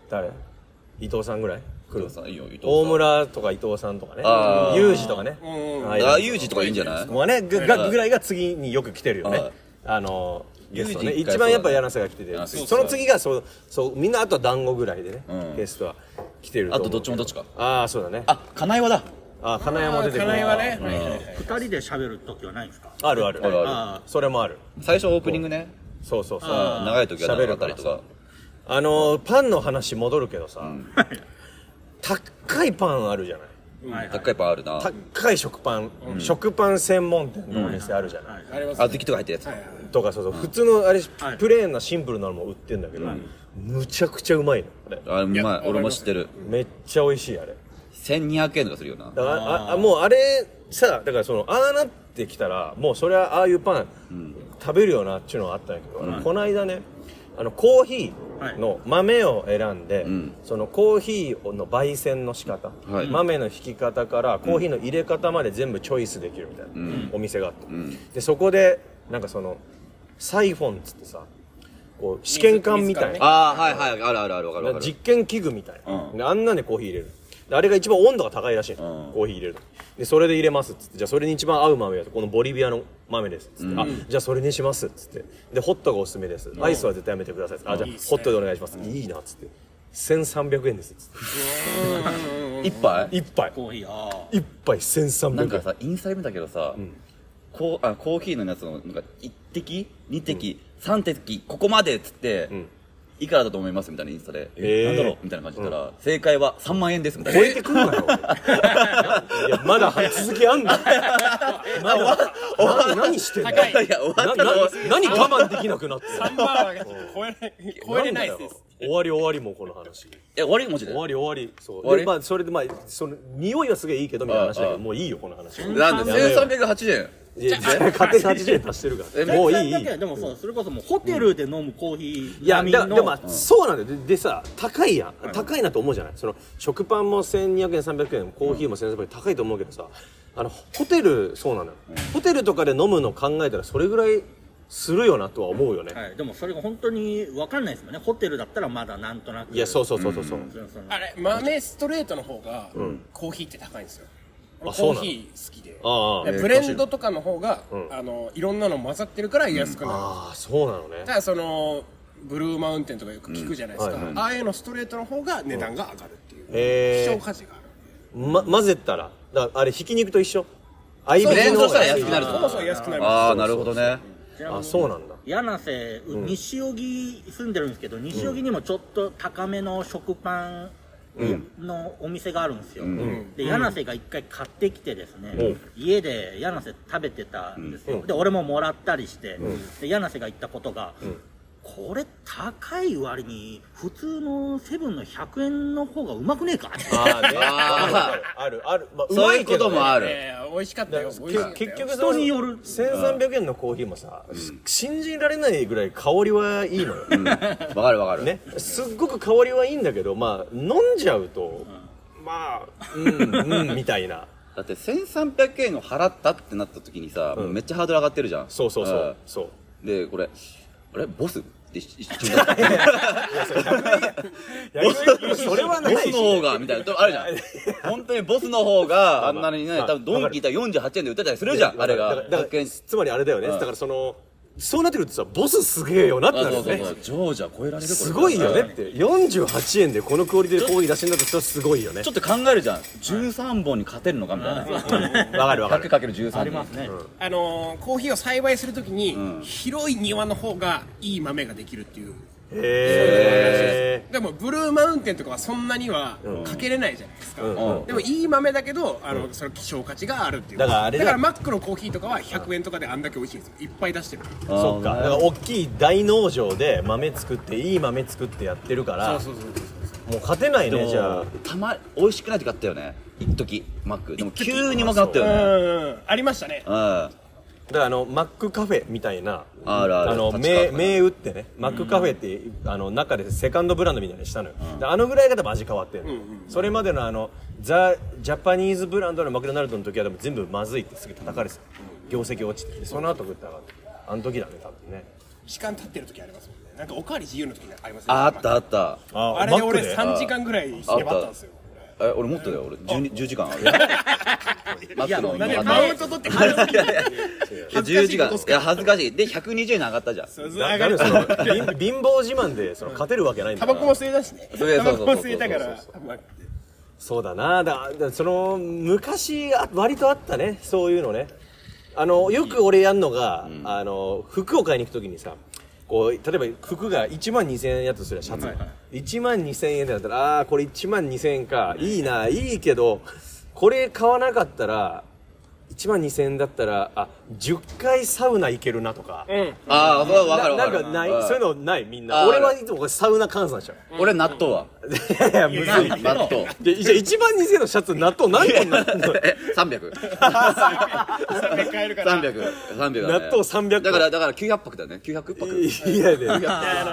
Speaker 2: 誰伊藤さんぐらい来
Speaker 3: 工
Speaker 2: る
Speaker 3: 藤さんいいよ、伊藤さん
Speaker 2: 大村とか伊藤さんとかね
Speaker 3: あー
Speaker 2: ユージとかね
Speaker 4: うんうん
Speaker 3: あ、
Speaker 2: あ
Speaker 3: ユージとかいいんじゃない
Speaker 2: もうねぐ
Speaker 3: は
Speaker 2: が
Speaker 3: い
Speaker 2: ぐらいが次によく来てるよ
Speaker 3: は
Speaker 2: ね
Speaker 3: い
Speaker 2: あのゲストね
Speaker 3: ユージ一回
Speaker 2: 一番やっぱ柳瀬が来てて
Speaker 3: そうだね
Speaker 2: その次がそうそうみんなあとは団子ぐらいでね、
Speaker 3: うん
Speaker 2: ゲストは来てる
Speaker 3: あ
Speaker 2: 思
Speaker 3: と
Speaker 2: う
Speaker 3: どっちもどっちか。
Speaker 2: ああそうだねあ
Speaker 3: あ、金岩だ。
Speaker 2: あ金山も出てくる
Speaker 4: 金井はね、はいはいはい
Speaker 5: 二人で喋る時はないんですか
Speaker 2: あるある
Speaker 3: あるあ
Speaker 5: あ
Speaker 2: それもある
Speaker 3: る。最初オープニングね。
Speaker 2: そうそうそう
Speaker 3: うん長い時は
Speaker 2: 喋
Speaker 3: 長か
Speaker 2: る
Speaker 3: った
Speaker 2: から
Speaker 3: りとか。
Speaker 2: あのーパンの話戻るけどさ、高いパンあるじゃない
Speaker 5: あはいはい
Speaker 3: 高いパンあるな。
Speaker 2: 高い食パン、食パン専門店のお店あるじゃない、
Speaker 5: はい
Speaker 4: あり ます
Speaker 3: あずきとか入ったやつ。
Speaker 2: とかそうそう、普通のあれ、
Speaker 5: はい
Speaker 2: プレーンなシンプルなのも売ってんだけど、むちゃくちゃうまいのあれ
Speaker 3: あ、う
Speaker 4: いや
Speaker 3: まい
Speaker 4: わ。かります
Speaker 3: 俺も知ってる。
Speaker 2: めっちゃ美味しいあれ
Speaker 3: 1200円とかするよな。
Speaker 2: だからああもうあれさだからそのああなってきたらもうそれはああいうパン、食べるよなっちゅうのがあったんやけど、この間ねあのコーヒーの豆を選んで、
Speaker 3: ん
Speaker 2: そのコーヒーの焙煎の仕方、
Speaker 3: はい
Speaker 2: 豆の引き方からコーヒーの入れ方まで全部チョイスできるみたいな、お店があって、でそこでなんかそのサイフォンっつってさこう試験管みたい
Speaker 4: 水水
Speaker 2: な、
Speaker 4: 管
Speaker 3: あー、はいはい。あるあるある。わかるわか
Speaker 2: 実
Speaker 3: る。
Speaker 2: 験器具みたいな、
Speaker 3: うん
Speaker 2: であんなんでコーヒー入れるであれが一番温度が高いらしいの、
Speaker 3: うん
Speaker 2: コーヒー入れるとでそれで入れますっつってじゃあそれに一番合う豆やとこのボリビアの豆ですっつって、あじゃあそれにしますっつってでホットがおすすめです、アイスは絶対やめてくださいっつって、あじゃあ
Speaker 4: いいっすね
Speaker 2: ホットでお願いします、いいなっつって1300円ですっつって
Speaker 3: 一杯
Speaker 2: 一杯
Speaker 5: コーヒーああ
Speaker 2: 一杯
Speaker 3: なん
Speaker 2: 1300
Speaker 3: か
Speaker 2: 円
Speaker 3: さ、インスタで見たけどさ、こうあコーヒーのやつの、なんか、1滴、2滴、3滴、ここまでっつって、いくらだと思いますみたいなインスタで、
Speaker 2: えー
Speaker 3: なんだろうみたいな感じだったら、正解は3万円ですみたいな。
Speaker 2: 超えてくんなよいやまだ続きあ んのまだ何何してんの
Speaker 4: 高い
Speaker 3: いやいや、終わったの
Speaker 2: な何我慢できなくなってんの
Speaker 4: ハンバーガーが超えれ超えれないです。
Speaker 2: 終わり終わりもうこの話
Speaker 3: え、終わり文字で
Speaker 2: 終。わり終わりそう
Speaker 3: 終わり
Speaker 2: でまあそれでまあその匂いはすげえいいけどみたいな話だけ
Speaker 3: あ
Speaker 2: ど
Speaker 3: あ
Speaker 2: もういいよこの話い
Speaker 3: なんで、1380円。
Speaker 2: やいや勝手に80円足してるか
Speaker 3: え
Speaker 2: らもういいいい
Speaker 5: だけでもそうそれこそもうホテルで飲むコーヒー
Speaker 2: いや
Speaker 5: 並
Speaker 2: だから
Speaker 5: み
Speaker 2: でも
Speaker 5: の
Speaker 2: まあそうなんだよででさ高いやん高いなと思うじゃないその食パンも1200円300円コーヒーも1300円高いと思うけどさあのホテルそうなのよホテルとかで飲むの考えたらそれぐらいするよなとは思うよね
Speaker 5: はいでもそれが本当に分かんないですもんねホテルだったらまだなんとなく
Speaker 2: いやそうそうそうそうそう
Speaker 5: そのその
Speaker 4: あれ、豆ストレートの方が、コーヒーって高いんですよ。俺
Speaker 2: あ
Speaker 4: コ
Speaker 2: そうな
Speaker 4: ー
Speaker 2: の
Speaker 4: ヒー好きで。
Speaker 2: ああ
Speaker 4: でブレンドとかの方が、あの、いろんなの混ざってるから安くなる。
Speaker 2: ああそうなのね
Speaker 4: ただそのブルーマウンテンとかよく聞くじゃないですか、
Speaker 2: うんはい
Speaker 4: ああいうのストレートの方が値段が上がるっていう、
Speaker 2: へー
Speaker 4: 希少価値がある
Speaker 2: ま混ぜたらだからあれひき肉と一緒合いびき
Speaker 3: ブレンド
Speaker 2: の
Speaker 3: し
Speaker 2: 方
Speaker 3: た
Speaker 2: が
Speaker 3: ら
Speaker 2: 安い
Speaker 3: 安くなる
Speaker 4: そもそも安くなりま
Speaker 3: ああ、なるほどね。
Speaker 2: あそうなんだ
Speaker 5: 柳瀬、西荻住んでるんですけど西荻にもちょっと高めの食パンのお店があるんですよ、で柳瀬が一回買ってきてですね、
Speaker 2: うん
Speaker 5: 家で柳瀬食べてたんですよ、で俺ももらったりして、で柳瀬が言ったことが、これ高い割に普通のセブンの100円の方がうまくねえか
Speaker 2: あーね
Speaker 3: あ
Speaker 2: あるある、まあ、
Speaker 3: そういう
Speaker 2: まけ
Speaker 3: こ
Speaker 2: ど
Speaker 3: と
Speaker 2: ね
Speaker 3: もあ
Speaker 4: す、
Speaker 3: る。
Speaker 4: えー、美味しかった
Speaker 2: だか
Speaker 4: よ
Speaker 2: ら
Speaker 4: 美味しかったよ
Speaker 2: け結局
Speaker 5: 人による
Speaker 2: 1300円のコーヒーもさ、信じられないぐらい香りはいいのよ、
Speaker 3: うんわかるわかる。
Speaker 2: ねすっごく香りはいいんだけどまあ飲んじゃうと、まあうんうんみたいな
Speaker 3: だって1300円を払ったってなった時にさ、もうめっちゃハードル上がってるじゃん。
Speaker 2: そうそうそ
Speaker 3: ん
Speaker 2: うそう
Speaker 3: で、これ、あれボスって一緒に。
Speaker 2: いやそれはない
Speaker 3: ボスの方が、みたいなとこあるじゃ ん。本当にボスの方が、あんなにね、
Speaker 2: まあ
Speaker 3: 多分ドンキーったら48円で売ってたりするじゃん、あれ
Speaker 2: だ
Speaker 3: が
Speaker 2: から。だ
Speaker 3: 100
Speaker 2: から
Speaker 3: 円。
Speaker 2: つまりあれだよね、
Speaker 3: うん
Speaker 2: だからそのそうなってくるとさボスすげえよなって
Speaker 3: あ、
Speaker 2: なるよ
Speaker 3: そうそう
Speaker 2: ね
Speaker 3: そう。ジョージャ超えられる
Speaker 2: すごいよねっ。
Speaker 3: これ
Speaker 2: て48円でこのクオリティでコーヒー出してんだとしたらすごいよね
Speaker 3: ちょっと考えるじゃん。13本に勝てるのかみたいな。
Speaker 2: わかるわかる
Speaker 3: 100×13
Speaker 5: ありますね、
Speaker 4: あのーコーヒーを栽培するときに、
Speaker 3: うん
Speaker 4: 広い庭の方がいい豆ができるっていう
Speaker 2: へ
Speaker 4: でもブルーマウンテンとかはそんなにはかけれないじゃないですか、
Speaker 3: うん
Speaker 4: でもいい豆だけどあの、その希少価値があるっていう
Speaker 2: だからあれだ
Speaker 4: マックのコーヒーとかは100円とかであんだけ美味しいんですよいっぱい出してる
Speaker 2: えそっかだから大きい大農場で豆作っていい豆作ってやってるから
Speaker 4: そうそうそう
Speaker 2: もう勝てない
Speaker 3: で
Speaker 2: ね
Speaker 3: も
Speaker 2: じゃあ
Speaker 3: たま美味しくない時あったよね一時マックでも急にうまくなったよ
Speaker 4: う
Speaker 3: ね
Speaker 4: んうんありましたね
Speaker 3: うんあ
Speaker 2: だからあのマックカフェみたいな
Speaker 3: るある
Speaker 2: あの
Speaker 3: 立川
Speaker 2: 銘
Speaker 3: とか
Speaker 2: 銘打ってねマックカフェってあの中でセカンドブランドみたいにしたのよ、であのぐらいが多分味変わってる、それまでのあのザ・ジャパニーズブランドのマクドナルドの時はでも全部まずいってすぐ叩かれてた、業績落ちてでその後食ったらあの時だね多分ね
Speaker 4: 時間経ってる時ありますもんねなんかおかわり自由の時にありますよね
Speaker 3: ああったあった
Speaker 2: あ
Speaker 4: あれで俺
Speaker 2: マックで
Speaker 4: 3時間ぐらい粘ったんですよ
Speaker 3: え俺もっとだよ俺 10, 10時間あるマックの
Speaker 4: なんで
Speaker 3: 今
Speaker 4: マ
Speaker 3: ま
Speaker 4: ウン
Speaker 3: で
Speaker 4: ト取って買う時
Speaker 3: 10時間いや恥ずかしいで120円上がったじゃんそ
Speaker 2: だだけどその貧貧乏自慢でその勝てるわけないんだ
Speaker 4: タ
Speaker 2: か
Speaker 4: バ
Speaker 2: ら
Speaker 4: コも吸えだしね
Speaker 3: そうそう
Speaker 4: タバ
Speaker 3: そ
Speaker 4: コ
Speaker 3: うそう
Speaker 4: も吸えたから
Speaker 3: そう
Speaker 4: まあ
Speaker 2: そうだなだだからその昔あ割とあったねそういうのねあのよく俺やんのが、あの服を買いに行くときにさこう例えば服が1万2000円やったとするやんシャツ、1万2000円ってなったらああーこれ1万2000円かいいないいけどこれ買わなかったら1万2000円だったらあ10回サウナ行けるなとか、
Speaker 3: ああそう分かる
Speaker 2: な
Speaker 3: 分
Speaker 2: ん
Speaker 3: か
Speaker 2: か
Speaker 3: る
Speaker 2: ない
Speaker 3: うん
Speaker 2: そういうのないみんな
Speaker 3: あー
Speaker 2: 俺はいつもこれサウナ換算しちゃう
Speaker 3: 俺納豆は
Speaker 2: いやいやむずいって
Speaker 3: 納豆
Speaker 2: でじゃあ1万2000円のシャツ納豆何個になってんの
Speaker 3: え300
Speaker 4: 300買えるから
Speaker 3: 300 300だね
Speaker 2: 納豆300
Speaker 3: だからだから900泊だよね900泊
Speaker 2: いやで、
Speaker 4: あの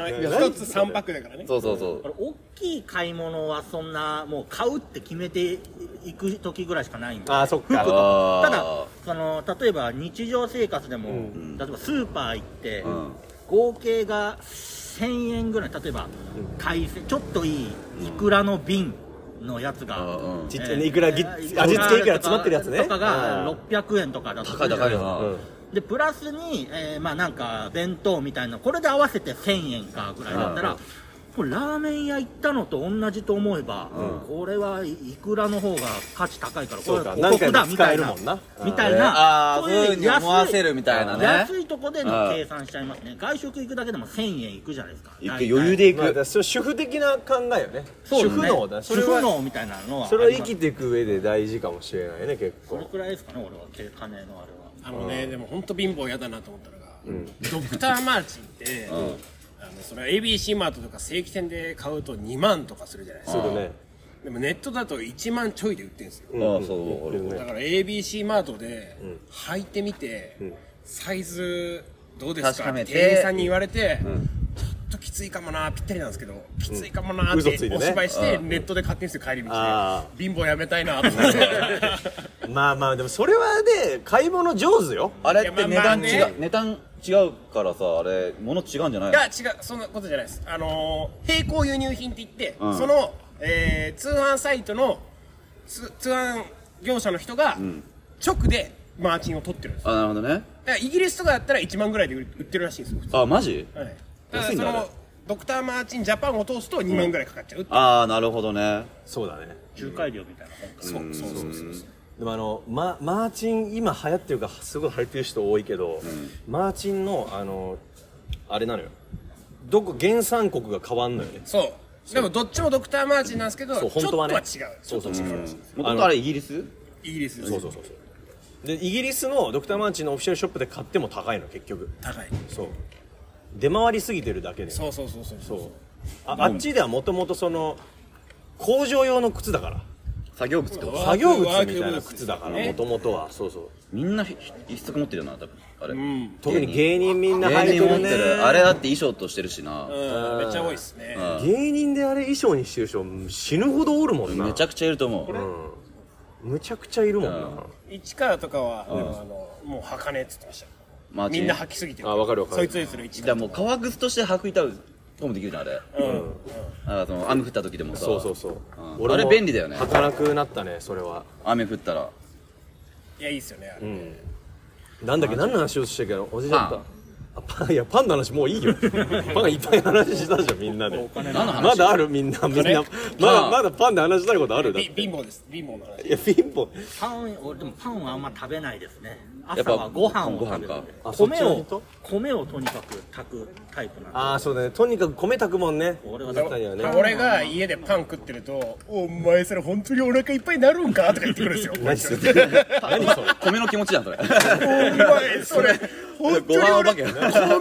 Speaker 4: 1つ3パックだからね
Speaker 3: そうそうそう
Speaker 5: これ大きい買い物はそんなもう買うって決めていく時ぐらいしかないんで
Speaker 2: あーそっか
Speaker 5: 服と
Speaker 3: あ
Speaker 5: か
Speaker 3: ー
Speaker 5: ただその例えば日常生活でも、例えばスーパー行って、
Speaker 3: ん
Speaker 5: 合計が1000円ぐらい例えば海鮮ちょっといいイクラの瓶のやつが、
Speaker 3: あーうん
Speaker 2: ちっちゃいねいくらぎ味付けいくら詰まってるやつね
Speaker 5: とかが
Speaker 2: あー
Speaker 5: 600円とかだとす
Speaker 3: 高い
Speaker 5: るじゃ
Speaker 3: 高
Speaker 5: ないです
Speaker 3: よ
Speaker 5: か
Speaker 3: な、
Speaker 2: うん
Speaker 5: でプラスに、えーまあなんか弁当みたいなこれで合わせて1000円かぐらいだったら、
Speaker 3: うん
Speaker 5: これラーメン屋行ったのと同じと思えば、これはいくらの方が価値高いからこ
Speaker 2: そう
Speaker 5: れ
Speaker 2: か
Speaker 5: はお得だ
Speaker 2: 何回でも
Speaker 5: み
Speaker 2: 使
Speaker 5: たい
Speaker 2: える
Speaker 5: な
Speaker 2: もんな
Speaker 5: みたいな
Speaker 3: あーそういうふうに思わせるみたいなね
Speaker 5: 安いとこで
Speaker 3: う
Speaker 5: の
Speaker 3: ん
Speaker 5: 計算しちゃいますね外食行くだけでも1000円いくじゃないですか
Speaker 3: 行く
Speaker 5: 大体
Speaker 3: 余裕で行
Speaker 2: まあだか
Speaker 3: く
Speaker 2: らそれ主婦的な考えよね
Speaker 5: そ
Speaker 2: 主
Speaker 5: うです
Speaker 2: 婦
Speaker 5: ね
Speaker 2: 能だそ
Speaker 5: 主
Speaker 2: れ
Speaker 5: 婦
Speaker 2: は
Speaker 5: 能みたいなのは
Speaker 2: それ
Speaker 5: あ
Speaker 2: は
Speaker 5: り
Speaker 2: 生
Speaker 5: ます
Speaker 2: きていく上で大事かもしれないね結
Speaker 5: それ
Speaker 2: 構
Speaker 5: くらいですかね俺はけ金のあれは
Speaker 4: あのねでも本当貧乏やだなと思ったのがドクターマーチンってあのそれは ABC マートとか正規店で買うと2万とかするじゃないです
Speaker 2: す
Speaker 4: か
Speaker 2: るね
Speaker 4: でもネットだと1万ちょいで売ってるんですよ
Speaker 3: ああそ
Speaker 2: 売って
Speaker 3: うわか
Speaker 2: る
Speaker 3: る
Speaker 2: ね
Speaker 4: だから ABC マートで履いてみてサイズどうです
Speaker 3: 確
Speaker 4: か
Speaker 3: か
Speaker 4: っ
Speaker 3: め
Speaker 4: て
Speaker 3: て
Speaker 4: 店員さんに言われてちょっときついかもなぴったりなんですけどきついかもなっ
Speaker 2: 嘘つい
Speaker 4: て
Speaker 2: てね
Speaker 4: お芝居してネットで買ってんですよ帰り道で
Speaker 2: あ
Speaker 4: 貧乏やめたいなと思って
Speaker 2: まあまあでもそれはね買い物上手よ
Speaker 3: あれって
Speaker 4: い
Speaker 3: 値
Speaker 4: やまあ
Speaker 3: 段
Speaker 4: まあ
Speaker 3: 違う値段違うからさあれ物違うんじゃない
Speaker 4: いや違うそんなことじゃないですあのー並行輸入品って言って、
Speaker 3: ん
Speaker 4: その、えー通販サイトのつ通販業者の人が直でマーチンを取ってるんですよ
Speaker 3: あなるほどね
Speaker 4: だからイギリスとかだったら1万ぐらいで売売ってるらしいんですよ、
Speaker 3: あマジ
Speaker 4: はい、ただ
Speaker 3: 安い
Speaker 4: そ
Speaker 3: んだあ
Speaker 4: の
Speaker 3: れ
Speaker 4: ドクターマーチンジャパンを通すと2万ぐらいかかっちゃうって、
Speaker 3: ああなるほどね
Speaker 2: そうだね
Speaker 5: 仲介料みたいなもんか
Speaker 4: そうそうそうそう
Speaker 2: でもあの、ま、マーチン今流行ってるかすごい流行ってる人多いけど、マーチンのあのあれなのよどこ原産国が変わんのよね
Speaker 4: そうでもどっちもドクターマーチンなんですけど
Speaker 2: そ
Speaker 4: ちょ
Speaker 2: う本
Speaker 4: っ
Speaker 2: 当
Speaker 4: と
Speaker 2: は
Speaker 4: は違
Speaker 2: ね
Speaker 4: うち
Speaker 2: そ
Speaker 4: ょ
Speaker 2: う
Speaker 4: っと違うらしいです
Speaker 3: もともとあれイギリス
Speaker 4: イギリスです
Speaker 2: そうそうそうそうでイギリスのドクターマーチンのオフィシャルショップで買っても高いの結局
Speaker 4: 高い
Speaker 2: そう出回りすぎてるだけで
Speaker 4: そうそうそうそう
Speaker 2: そうああっちではもともとその工場用の靴だから
Speaker 3: 作業靴ってこと
Speaker 4: ワーク
Speaker 2: 作業靴み
Speaker 4: ワークブ
Speaker 2: たいな
Speaker 4: ーツ
Speaker 2: 靴だから
Speaker 4: ね
Speaker 2: もともとはそうそう
Speaker 3: みんなひひ一足持ってるよな多分あれ
Speaker 4: うん
Speaker 2: 特に芸人みんな履い
Speaker 3: 芸
Speaker 2: て
Speaker 3: 人持っ
Speaker 2: る
Speaker 3: て
Speaker 2: ね
Speaker 3: るあれだって衣装としてるしな
Speaker 4: うんめっちゃ多いですね
Speaker 2: 芸人であれ衣装にしてる人死ぬほどおるもんな
Speaker 3: めちゃくちゃいると思う
Speaker 2: むちゃくちゃいるもんな
Speaker 4: 市川とかはでもあのもう履かねえっつってました
Speaker 3: マーチ
Speaker 4: みんな履きすぎてる
Speaker 2: あわかるわかる
Speaker 4: そいつでする市
Speaker 3: じゃあ
Speaker 4: 川
Speaker 3: もう革靴として履く板ともできるじゃんあれ
Speaker 4: うん
Speaker 3: あその雨降った時でもさ
Speaker 2: そうそうそう
Speaker 3: うん
Speaker 2: 俺も
Speaker 3: あれ便利だよね
Speaker 2: 履かなくなったねそれは
Speaker 3: 雨降ったら
Speaker 4: いやいいっすよねあれ
Speaker 2: なんだっけ何の話をしたっけど忘れちゃった
Speaker 3: パ
Speaker 2: あパンいやパンの話もう いいよパンいっぱい話したじゃんみんなで
Speaker 3: 何の話
Speaker 2: まだあるみんなみんなまだまだパンで話したいことあるだっ
Speaker 4: び
Speaker 2: てい
Speaker 4: 貧乏です貧乏の話
Speaker 2: や貧乏
Speaker 5: パン俺でもパンはあんま食べないですね
Speaker 3: やっぱ
Speaker 5: 朝はご飯を食
Speaker 3: ご
Speaker 5: べ
Speaker 3: 飯
Speaker 5: る
Speaker 3: か
Speaker 2: あそっち
Speaker 5: 米
Speaker 2: の
Speaker 5: を
Speaker 2: 人
Speaker 5: 米をとにかく炊くタイプなんで
Speaker 2: ああそうだねとにかく米炊くもんね
Speaker 5: 俺は
Speaker 2: だったよね
Speaker 4: 俺が家でパン食ってると「お前それ本当にお腹いっぱいになるんか?」とか言ってくるんですよ
Speaker 2: 何それ 何それ
Speaker 3: 米の気持ちじゃ んそれ
Speaker 4: 「お前それ本当に
Speaker 3: ご飯お
Speaker 4: 俺
Speaker 3: 化け
Speaker 4: 米の方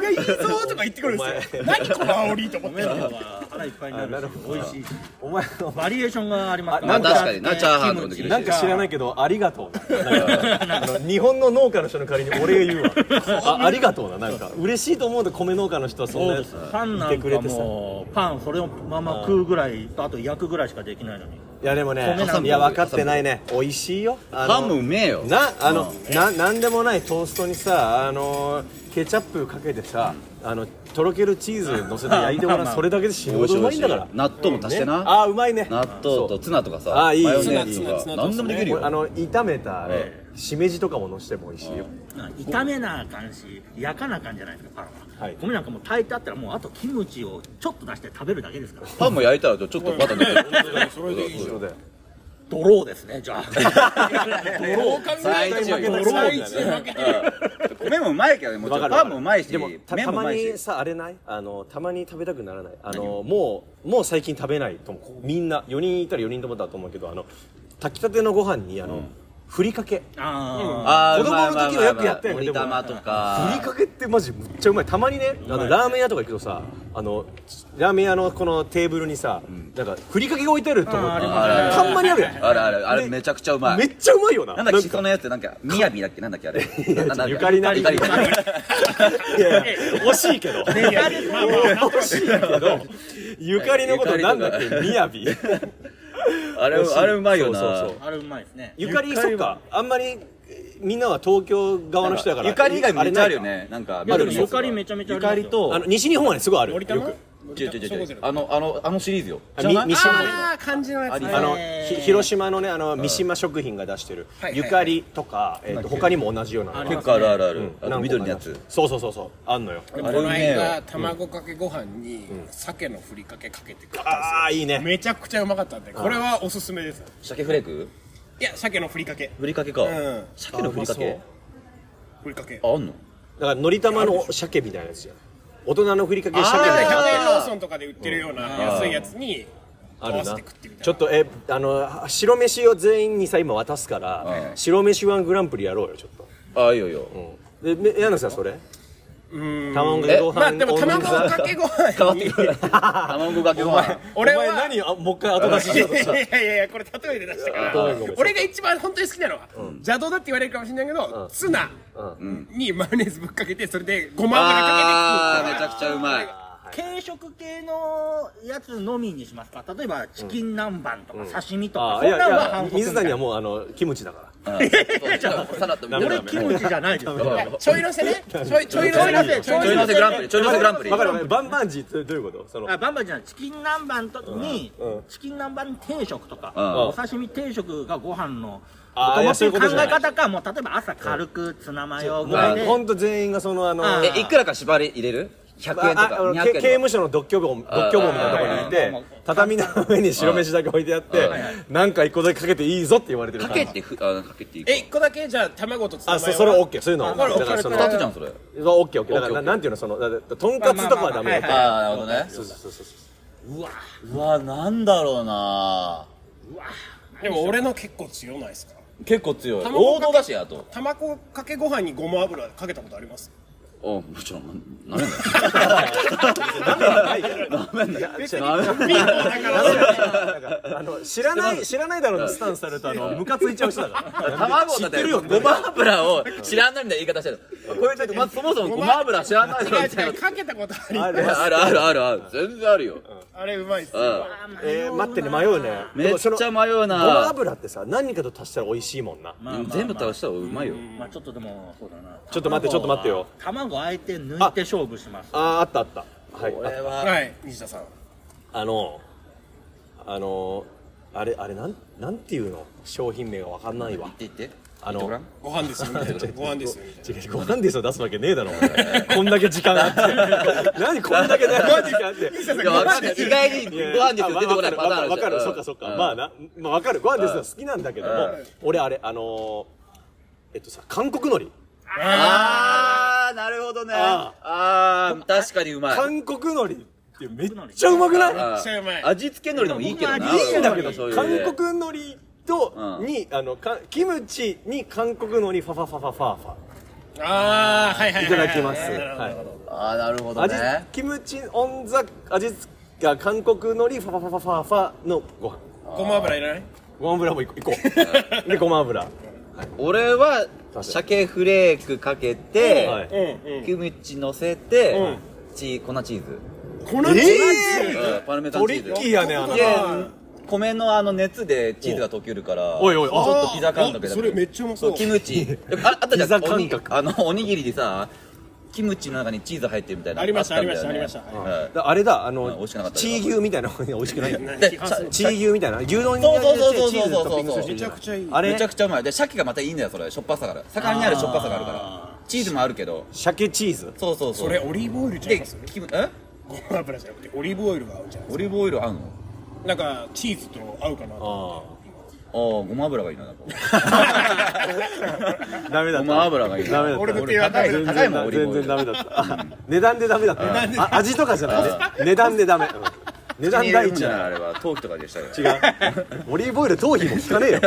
Speaker 4: がいいぞ」とか言ってくるんですよ何この煽りと思って
Speaker 5: 米の方が腹いっぱいになるし
Speaker 2: あなるほど
Speaker 5: 美味しいし
Speaker 2: お前の
Speaker 5: バリエーションがあります
Speaker 2: あなんか
Speaker 3: 確かになチャーハンとかできるし
Speaker 2: なんか知らないけど、ありがとうな。なんかあの日本の農家の人の代わりにお礼言うわ。あありがとうな、なんか。嬉しいと思うと米農家の人はそん
Speaker 5: そう
Speaker 2: な
Speaker 5: で
Speaker 2: や
Speaker 5: す
Speaker 2: つ
Speaker 5: パンない
Speaker 2: て
Speaker 5: ん
Speaker 2: く
Speaker 5: か
Speaker 2: れてさ。
Speaker 5: もうパンそれをまま食うぐらいとあと焼くぐらいしかできないのに
Speaker 2: いやでもね
Speaker 5: 米なん、
Speaker 2: い
Speaker 3: だ
Speaker 2: や分かってないね。美味しいよ。あの
Speaker 3: ハムうめえよ
Speaker 2: な、あの、な、なんでもないトーストにさ、あの、ケチャップかけてさ、あの、とろけるチーズ乗 せて焼いても
Speaker 5: まあま
Speaker 2: ら
Speaker 5: あ
Speaker 2: う。それだけで死ぬほどうまいんだから。
Speaker 3: 納豆も足してな、
Speaker 2: ねあーうまいね。
Speaker 3: 納豆とツナとかさ
Speaker 2: あいい
Speaker 3: マヨネーズと
Speaker 4: ツナツナツナ
Speaker 3: か何でもできる
Speaker 2: あ
Speaker 3: よ
Speaker 2: の炒めたあれ
Speaker 3: え
Speaker 2: しめじとかものしても美味しいよ
Speaker 5: 炒めなあかんし焼かなあかんじゃないですかパンは、
Speaker 2: はい
Speaker 5: 米なんかもう炊いてあったらもうあとキムチをちょっと出して食べるだけですから
Speaker 3: パンも焼いたらちょっとバター塗って
Speaker 4: それでいいじゃん
Speaker 2: そうだよ
Speaker 5: ドローですねじゃあドローか
Speaker 3: 最一よ
Speaker 2: ドロ
Speaker 4: 最一負けてる
Speaker 3: 米もうまいけどねもちろんパンもうまいし
Speaker 2: でもた
Speaker 3: 麺
Speaker 2: た
Speaker 3: もう
Speaker 2: ま
Speaker 3: まいし
Speaker 2: にさあれないあのたまに食べたくならないあのもうもう最近食べないと思うみんな4人いたら4人ともだと思うけどあの炊きたてのご飯にあの、ふりかけ
Speaker 5: あ
Speaker 3: あー
Speaker 2: 子供の時はよくやったよ
Speaker 3: う
Speaker 2: ね
Speaker 3: まい
Speaker 2: で
Speaker 3: う
Speaker 2: も
Speaker 3: まいうまいのり玉と
Speaker 2: ふり
Speaker 3: か
Speaker 2: かけってマジむっちゃうまいたまにねあのラーメン屋とか行くとさあのラーメン屋のこのテーブルにさ、なんかふりかけが置いてあると思う
Speaker 5: あーあり
Speaker 3: ます
Speaker 2: たんまにあるやん
Speaker 3: あれあれあれめちゃくちゃうま
Speaker 2: め
Speaker 3: い
Speaker 2: っちゃうまいよな
Speaker 3: なんだっけ
Speaker 2: か
Speaker 3: シソのやつなんかみやびだっけなんだっけあれ
Speaker 2: ゆかりな
Speaker 3: ゆか
Speaker 2: いやい
Speaker 3: りな
Speaker 2: や惜しい けど
Speaker 5: ーやる
Speaker 2: まあまあ惜しいけどゆかりのことなんだっけ
Speaker 3: ゆか
Speaker 2: みやび
Speaker 3: あれあれうまいよな
Speaker 2: そうそうそう
Speaker 5: あれうまいですね
Speaker 2: ゆかりそっかあんまりみんなは東京側の人だから
Speaker 3: ゆかり以外もめっちゃあるよ
Speaker 2: れないか
Speaker 3: ねなんか
Speaker 5: いやでも
Speaker 2: ある
Speaker 5: ゆかりめちゃめちゃありますよ
Speaker 3: ゆかりと
Speaker 2: あの西日本はねすごいあるよ
Speaker 4: 森玉
Speaker 2: く
Speaker 3: 違う違う違う違うあのあのあのシリーズよ
Speaker 2: あみ三島
Speaker 4: ああ感じのやつね
Speaker 2: あの
Speaker 5: へー
Speaker 2: ひ広島のねあの三島食品が出してる
Speaker 4: はいはい
Speaker 2: ゆ
Speaker 4: はい
Speaker 2: かりとかえっと他にも同じようなのが
Speaker 5: あり
Speaker 3: 結構あるあるある
Speaker 2: うん
Speaker 3: あの緑のやつ
Speaker 2: そうそうそうそうあんのよ
Speaker 4: こ
Speaker 3: あれう
Speaker 4: の
Speaker 3: めえよ
Speaker 4: 間卵かけご飯に鮭のふりかけかけて食ったんですよ
Speaker 2: ああいいね
Speaker 4: めちゃくちゃうまかったんでこれはおすすめです
Speaker 3: 鮭フレーク
Speaker 4: いや鮭のふりかけ
Speaker 3: ふりかけか
Speaker 4: うん
Speaker 3: 鮭のふりかけ
Speaker 4: ふりかけ
Speaker 3: ああんの
Speaker 2: だからのりたまの鮭みたいなやつじゃん大人のふりかけ鮭み
Speaker 4: 100
Speaker 2: たいなやつ
Speaker 4: 円ローソンとかで売ってるような安いやつに
Speaker 2: あ
Speaker 4: 合
Speaker 2: る
Speaker 4: わせ
Speaker 2: な
Speaker 4: て食ってみたいな
Speaker 2: ちょっとえあの白飯を全員にさ今渡すから
Speaker 3: うん
Speaker 2: 白飯ワングランプリやろうよちょっと
Speaker 3: ああいいよいいよ
Speaker 2: でめ柳さんそれ
Speaker 4: うん
Speaker 2: 卵かけご飯
Speaker 4: まあでも
Speaker 2: 大盛り
Speaker 4: 卵
Speaker 2: さ
Speaker 4: かけご
Speaker 3: 変わ
Speaker 4: 飯
Speaker 3: って
Speaker 4: に
Speaker 3: くる卵かけご飯
Speaker 4: 俺は
Speaker 2: お前何あもう一回後出ししようとした
Speaker 4: いやいやいやこれ例えで出したか
Speaker 2: ごめ
Speaker 4: ら
Speaker 2: んごめん
Speaker 4: 俺が一番本当に好きなのは邪道だって言われるかもしれないけ
Speaker 2: うん
Speaker 4: どツナ
Speaker 2: うん
Speaker 4: にマヨネーズぶっかけてそれでごま油か
Speaker 3: ああめちゃ
Speaker 4: けて
Speaker 3: くちゃうまい
Speaker 5: 軽食系のやつのみにしますか例えばチキン南蛮とか刺身とか、
Speaker 2: あ
Speaker 5: そ
Speaker 2: い
Speaker 5: ん
Speaker 2: やい
Speaker 5: なのは
Speaker 2: や
Speaker 5: 反則みた
Speaker 2: 水
Speaker 5: い
Speaker 2: 谷はもうあのキムチだから
Speaker 3: サラダみたいな
Speaker 5: 俺キムチじゃないですよ
Speaker 3: やばい
Speaker 4: 食うちょいのせねちょいちょいの
Speaker 5: ちょいの
Speaker 4: せ
Speaker 5: せ
Speaker 4: ちょい
Speaker 3: ちょい
Speaker 4: の
Speaker 3: の
Speaker 4: せ
Speaker 3: せグランプリちょいのせグランプリ
Speaker 2: わかるわかるバンバンジーってどういうことその
Speaker 5: あバンバンじゃないチキン南蛮とに、
Speaker 2: うん
Speaker 5: チキン南蛮定食とか、
Speaker 3: うん
Speaker 5: お刺身定食がご飯の
Speaker 2: あー
Speaker 5: お供ってい
Speaker 2: いやそうい
Speaker 5: う
Speaker 2: うこ
Speaker 5: 考
Speaker 2: とじゃな
Speaker 5: え
Speaker 2: い
Speaker 5: 方かもう例えば朝軽くツナマヨぐらいで、
Speaker 2: もうほんと全員がそのあの
Speaker 5: あ
Speaker 3: えいくらか縛り入れる100円と
Speaker 2: ああ
Speaker 3: か
Speaker 2: あの
Speaker 3: 200
Speaker 2: け
Speaker 3: 円
Speaker 2: 刑
Speaker 3: とか
Speaker 2: 務所の独居房独居房みたいなところにい
Speaker 5: あ
Speaker 2: て
Speaker 5: ー
Speaker 2: 畳の上に白飯だけ置いてあってなんか一個だけかけていいぞって言われてる
Speaker 3: か
Speaker 2: 感
Speaker 3: け
Speaker 2: じ
Speaker 3: てふあかけていく
Speaker 4: え一個だけじゃあ卵とツナマ
Speaker 2: あ
Speaker 4: ヨ
Speaker 2: そそれは OK そういうのは
Speaker 4: これ
Speaker 2: だからその
Speaker 3: 2つじゃんそれ
Speaker 2: そうオッケーオッケーだからな
Speaker 3: OK
Speaker 2: なんていうのそのだってとんかつとかはダメだ
Speaker 5: ま
Speaker 2: よ
Speaker 3: あ
Speaker 5: あま
Speaker 3: あなるほどね
Speaker 2: そうそうそうそう
Speaker 5: うわ
Speaker 3: うわなんだろうな
Speaker 4: でも俺の結構強ないですか
Speaker 3: 結構強い
Speaker 4: 卵
Speaker 3: 王
Speaker 4: かけ
Speaker 3: 道だしあと
Speaker 4: 卵かけご飯にごま油かけたことあります
Speaker 3: おもちろんなめんなよ
Speaker 4: 貧乏だ から
Speaker 2: なんかあの知らない知らないだろうなスタンスされるとあのムカついちゃう人だから
Speaker 3: 卵
Speaker 2: 知
Speaker 3: だ
Speaker 2: っ
Speaker 3: って
Speaker 2: てるよ
Speaker 3: ごま油を知らんないみたいな言い方してるこういう時まずそもそもごま油知らないだろみたい
Speaker 4: 違う違
Speaker 3: な
Speaker 4: うかけたことあり
Speaker 2: あ
Speaker 4: ます
Speaker 2: れ
Speaker 3: あるあるあるある全然あるよ
Speaker 4: あれうまいっす
Speaker 3: うん
Speaker 4: よ
Speaker 2: えー待ってね迷うね
Speaker 3: めっちゃ迷う
Speaker 2: ごま
Speaker 3: な
Speaker 2: 油ってさ何かと足したら美味しいもんな
Speaker 5: まあまあまあ
Speaker 3: 全部倒したらうまいよ
Speaker 5: まあちょっとでもそうだな
Speaker 2: ちょっと待ってちょっと待ってよ
Speaker 5: 卵は卵あえて抜いて勝負します
Speaker 2: あああったあったはいあった
Speaker 4: はい西田さん
Speaker 2: あのあのあれあれなんなんていうの商品名がわかんないわ
Speaker 3: 言って言って
Speaker 2: あ
Speaker 3: ごら
Speaker 2: の
Speaker 3: ん
Speaker 4: ご飯ですよみたいなご飯ですよみたい
Speaker 2: 違うご飯ですを出すわけねえだろお前こんだけ時間あって 何こんだけ 長い時間あって
Speaker 3: いやわかんない意外にご飯ですよ出てこないパターンあるじゃん
Speaker 2: わかるわかるわかるそっかそっかまあなまあわかるご飯ですは好きなんだけども俺あれあのーえっとさ韓国海苔
Speaker 3: あーなるほどね
Speaker 2: あ
Speaker 3: あー確かにうまい
Speaker 2: 韓国海苔ってめっちゃうまくない
Speaker 3: あ
Speaker 4: っちゃうまい
Speaker 3: 味付け海苔でもいいけどない
Speaker 2: いんだけど
Speaker 3: そういうので
Speaker 2: 韓国海苔と
Speaker 3: うん
Speaker 2: にあのかキムチに韓国海苔ファファファファファフ
Speaker 4: なああはいはい
Speaker 2: ァ
Speaker 4: は
Speaker 2: いた
Speaker 4: は
Speaker 2: だきます
Speaker 4: なるほど
Speaker 2: はい
Speaker 3: あーなるほど
Speaker 2: 味
Speaker 3: ね
Speaker 2: キムチオンザ味付けが韓国海苔ファファファファファのご飯
Speaker 4: ごま油いらない
Speaker 2: ごま油もいこういこ うでごま油
Speaker 3: 俺は鮭フレークかけて、
Speaker 2: はい
Speaker 3: キムチ乗せて、チー粉チーズ、
Speaker 4: 粉チーズ
Speaker 2: え
Speaker 3: うんパルメザン
Speaker 2: ト
Speaker 3: チ
Speaker 2: リ
Speaker 3: ーズ
Speaker 2: ッキーやねあの
Speaker 3: で米のあの熱でチーズが溶けるから
Speaker 2: おいおい
Speaker 3: ち
Speaker 2: あ
Speaker 3: ょっとピザ感覚だ
Speaker 4: あそれめっちゃうまそう
Speaker 3: キムチああったじゃん
Speaker 2: ピザ感覚
Speaker 3: おにあのおにぎりでさキムチの中にチーズ入ってるみたいな
Speaker 4: ありました
Speaker 3: んだよね
Speaker 4: ありましたありました
Speaker 3: はい
Speaker 2: だあれだあ
Speaker 3: うん美
Speaker 2: の
Speaker 3: 味しくなかった
Speaker 2: チー牛みたいないや美味しくないんだよ
Speaker 3: で
Speaker 4: あそう
Speaker 2: チー牛みたいな牛丼に
Speaker 3: そうそうそうそう
Speaker 2: チーズトッピングする人
Speaker 4: めちゃくちゃいい
Speaker 2: あれ
Speaker 3: めちゃくちゃうまいで鮭がまたいいんだよそれしょっぱさから魚にあるしょっぱさがあるからチーズもあるけど
Speaker 2: 鮭チーズ
Speaker 3: そうそうそう
Speaker 4: それオリーブオイルちゃい
Speaker 3: で
Speaker 4: ます
Speaker 3: キムえ
Speaker 4: ごま油じゃなくてオリーブオイルが合うんじゃない
Speaker 3: オリーブオイル合うの
Speaker 4: なんかチーズと合うかなと
Speaker 2: あ
Speaker 3: ああごま油がいい ななんか
Speaker 2: あダメだった
Speaker 3: ごま油がいい
Speaker 2: ダメだった
Speaker 4: 俺の
Speaker 3: 俺
Speaker 4: 手は
Speaker 3: 高
Speaker 4: ダ
Speaker 3: い
Speaker 4: メ
Speaker 2: 全然
Speaker 3: 高いもんオリー
Speaker 2: 全
Speaker 3: ブオイル
Speaker 2: 然ダメだったあ値段でダメだったあ味とかじゃなく て値段でダメうん値 段第
Speaker 3: 口に入れるもん
Speaker 2: 一
Speaker 3: じゃないあ
Speaker 2: だ
Speaker 3: れは陶器とかでしたよ
Speaker 2: 違うオリーブオイル頭皮も効かねえよ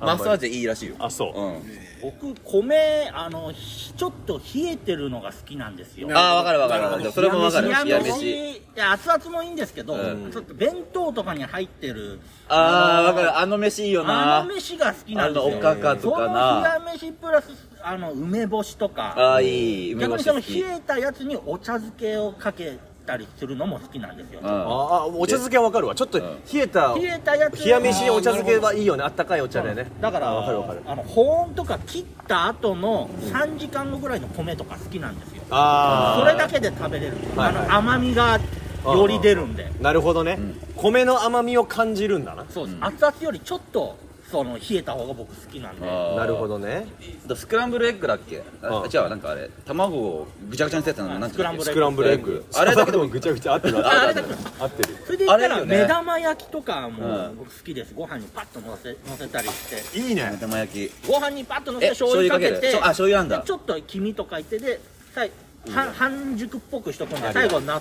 Speaker 3: マッサージいいらしいよ
Speaker 2: あそう
Speaker 3: うん
Speaker 5: 僕米あのひちょっと冷えてるのが好きなんですよ
Speaker 3: ああわかるわかるわか
Speaker 4: なるほど
Speaker 3: るそれもわかる
Speaker 5: 冷や
Speaker 3: 冷や飯
Speaker 5: 飯いや熱々もいいんですけど、
Speaker 3: うん
Speaker 5: ちょっと弁当とかに入ってる
Speaker 3: ああわかるあの飯いいよな
Speaker 5: あの飯が好きな
Speaker 3: あ
Speaker 5: んで
Speaker 3: の
Speaker 5: す
Speaker 3: お
Speaker 5: よ
Speaker 3: かかと
Speaker 5: その
Speaker 3: か
Speaker 5: 冷
Speaker 3: な
Speaker 5: や飯プラスあの梅干しとか
Speaker 3: ああいい梅
Speaker 5: 逆
Speaker 3: 干
Speaker 5: に
Speaker 3: し
Speaker 5: その
Speaker 3: 好
Speaker 5: 冷
Speaker 3: き
Speaker 5: えたやつにお茶漬けをかけたりするのも好きなんですよ
Speaker 3: うん
Speaker 2: ああお茶漬けはわかるわちょっと冷えた
Speaker 5: 冷えたやつ
Speaker 2: 冷や飯にお茶漬けはいいよねあったかいお茶でね
Speaker 5: だから
Speaker 2: あわかるわかる
Speaker 5: あの保温とか切った後の3時間後ぐらいの米とか好きなんですよ
Speaker 2: あ
Speaker 5: そ
Speaker 2: あ
Speaker 5: れだけで食べれる
Speaker 2: は
Speaker 5: あ
Speaker 2: いはい
Speaker 5: の甘みがより出るんで
Speaker 2: なるほどね、米の甘みを感じるんだな
Speaker 5: そうです熱々よりちょっとその冷えた方が僕好きなんで
Speaker 3: あー
Speaker 2: なるほどね
Speaker 3: だスクランブルエッグだっけあ
Speaker 2: うん
Speaker 3: 違うなんかあれ卵をぐちゃぐちゃにしたやつなのなんていうの
Speaker 5: ス
Speaker 2: スクランブルエッグ
Speaker 3: あれだけど
Speaker 2: もぐちゃぐちゃ合ってる
Speaker 3: あ
Speaker 2: 合
Speaker 3: れ
Speaker 2: って
Speaker 3: だけ
Speaker 2: る
Speaker 3: ど
Speaker 2: 合ってる
Speaker 5: それで言った
Speaker 3: あれ
Speaker 5: ら
Speaker 3: だよね
Speaker 5: 目玉焼きとかも
Speaker 3: うん
Speaker 5: 僕好きですご飯にパッとのせのせたりして
Speaker 2: いいね
Speaker 3: 目玉焼き
Speaker 5: ご飯にパッとのせ
Speaker 3: え
Speaker 5: て醤油かけ
Speaker 3: 醤油かける
Speaker 5: て
Speaker 3: そうあ醤油なんだ
Speaker 5: でちょっと黄身とかいてで最半半熟っぽくしとくんで最後な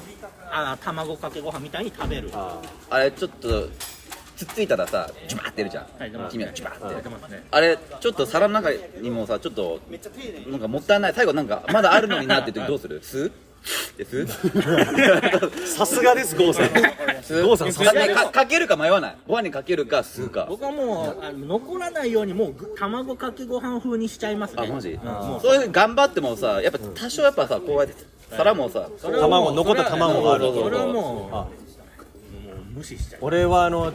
Speaker 5: あー卵かけご飯みたいに食べる
Speaker 2: あ
Speaker 3: あれちょっとつっついたらさジュバーって出るじゃん
Speaker 5: はい出ます
Speaker 3: 黄身がジュバー
Speaker 5: 出
Speaker 3: って
Speaker 5: てますね
Speaker 3: あれちょっと皿の中にもさちょっとなんかもったいない最後なんかまだあるのになって時どうする吸うで吸う
Speaker 2: ーさすがです郷さん郷さんさす
Speaker 3: か
Speaker 2: が
Speaker 3: かかけるか迷わないご飯にかけるか吸うか
Speaker 5: 僕はもうあの残らないようにもうぐ卵かけご飯風にしちゃいますね
Speaker 3: あマジ
Speaker 5: うんもう
Speaker 3: そういうふうに頑張ってもさやっぱ多少やっぱさこうやって皿もさ
Speaker 5: それはもう
Speaker 2: 卵残った卵がある
Speaker 5: それはそれはもう
Speaker 2: あ
Speaker 5: もう無視しちゃう
Speaker 2: 俺はあの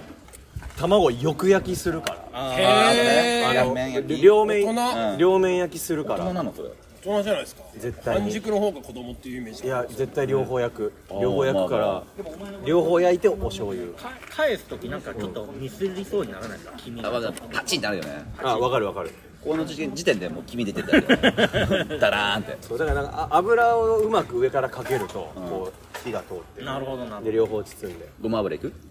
Speaker 2: 卵よく焼きするから
Speaker 4: へ
Speaker 3: あ
Speaker 4: え
Speaker 3: の両面焼き
Speaker 2: 両面
Speaker 4: 大
Speaker 3: 人
Speaker 2: 両面焼きするか
Speaker 3: 大人
Speaker 2: ら
Speaker 3: なのそれ
Speaker 4: 大人じゃないですか
Speaker 2: 絶対に
Speaker 4: 半熟の方が子供っていうイメージ
Speaker 2: いや絶対両方焼く
Speaker 3: うん
Speaker 2: 両方焼くか
Speaker 3: まあ
Speaker 2: ら両方焼いてお醤油
Speaker 5: か返す時なんかちょっとミスりそうにならないですか君
Speaker 3: あまだパチンってなるよね
Speaker 2: あわかるわかる
Speaker 3: この時点時点でもう黄身出てたよねダラーンって
Speaker 2: そうだからなんかあ油をうまく上からかけるとこう火が通って
Speaker 5: なるほどなるほど
Speaker 2: で両方包んで
Speaker 3: ごま油いく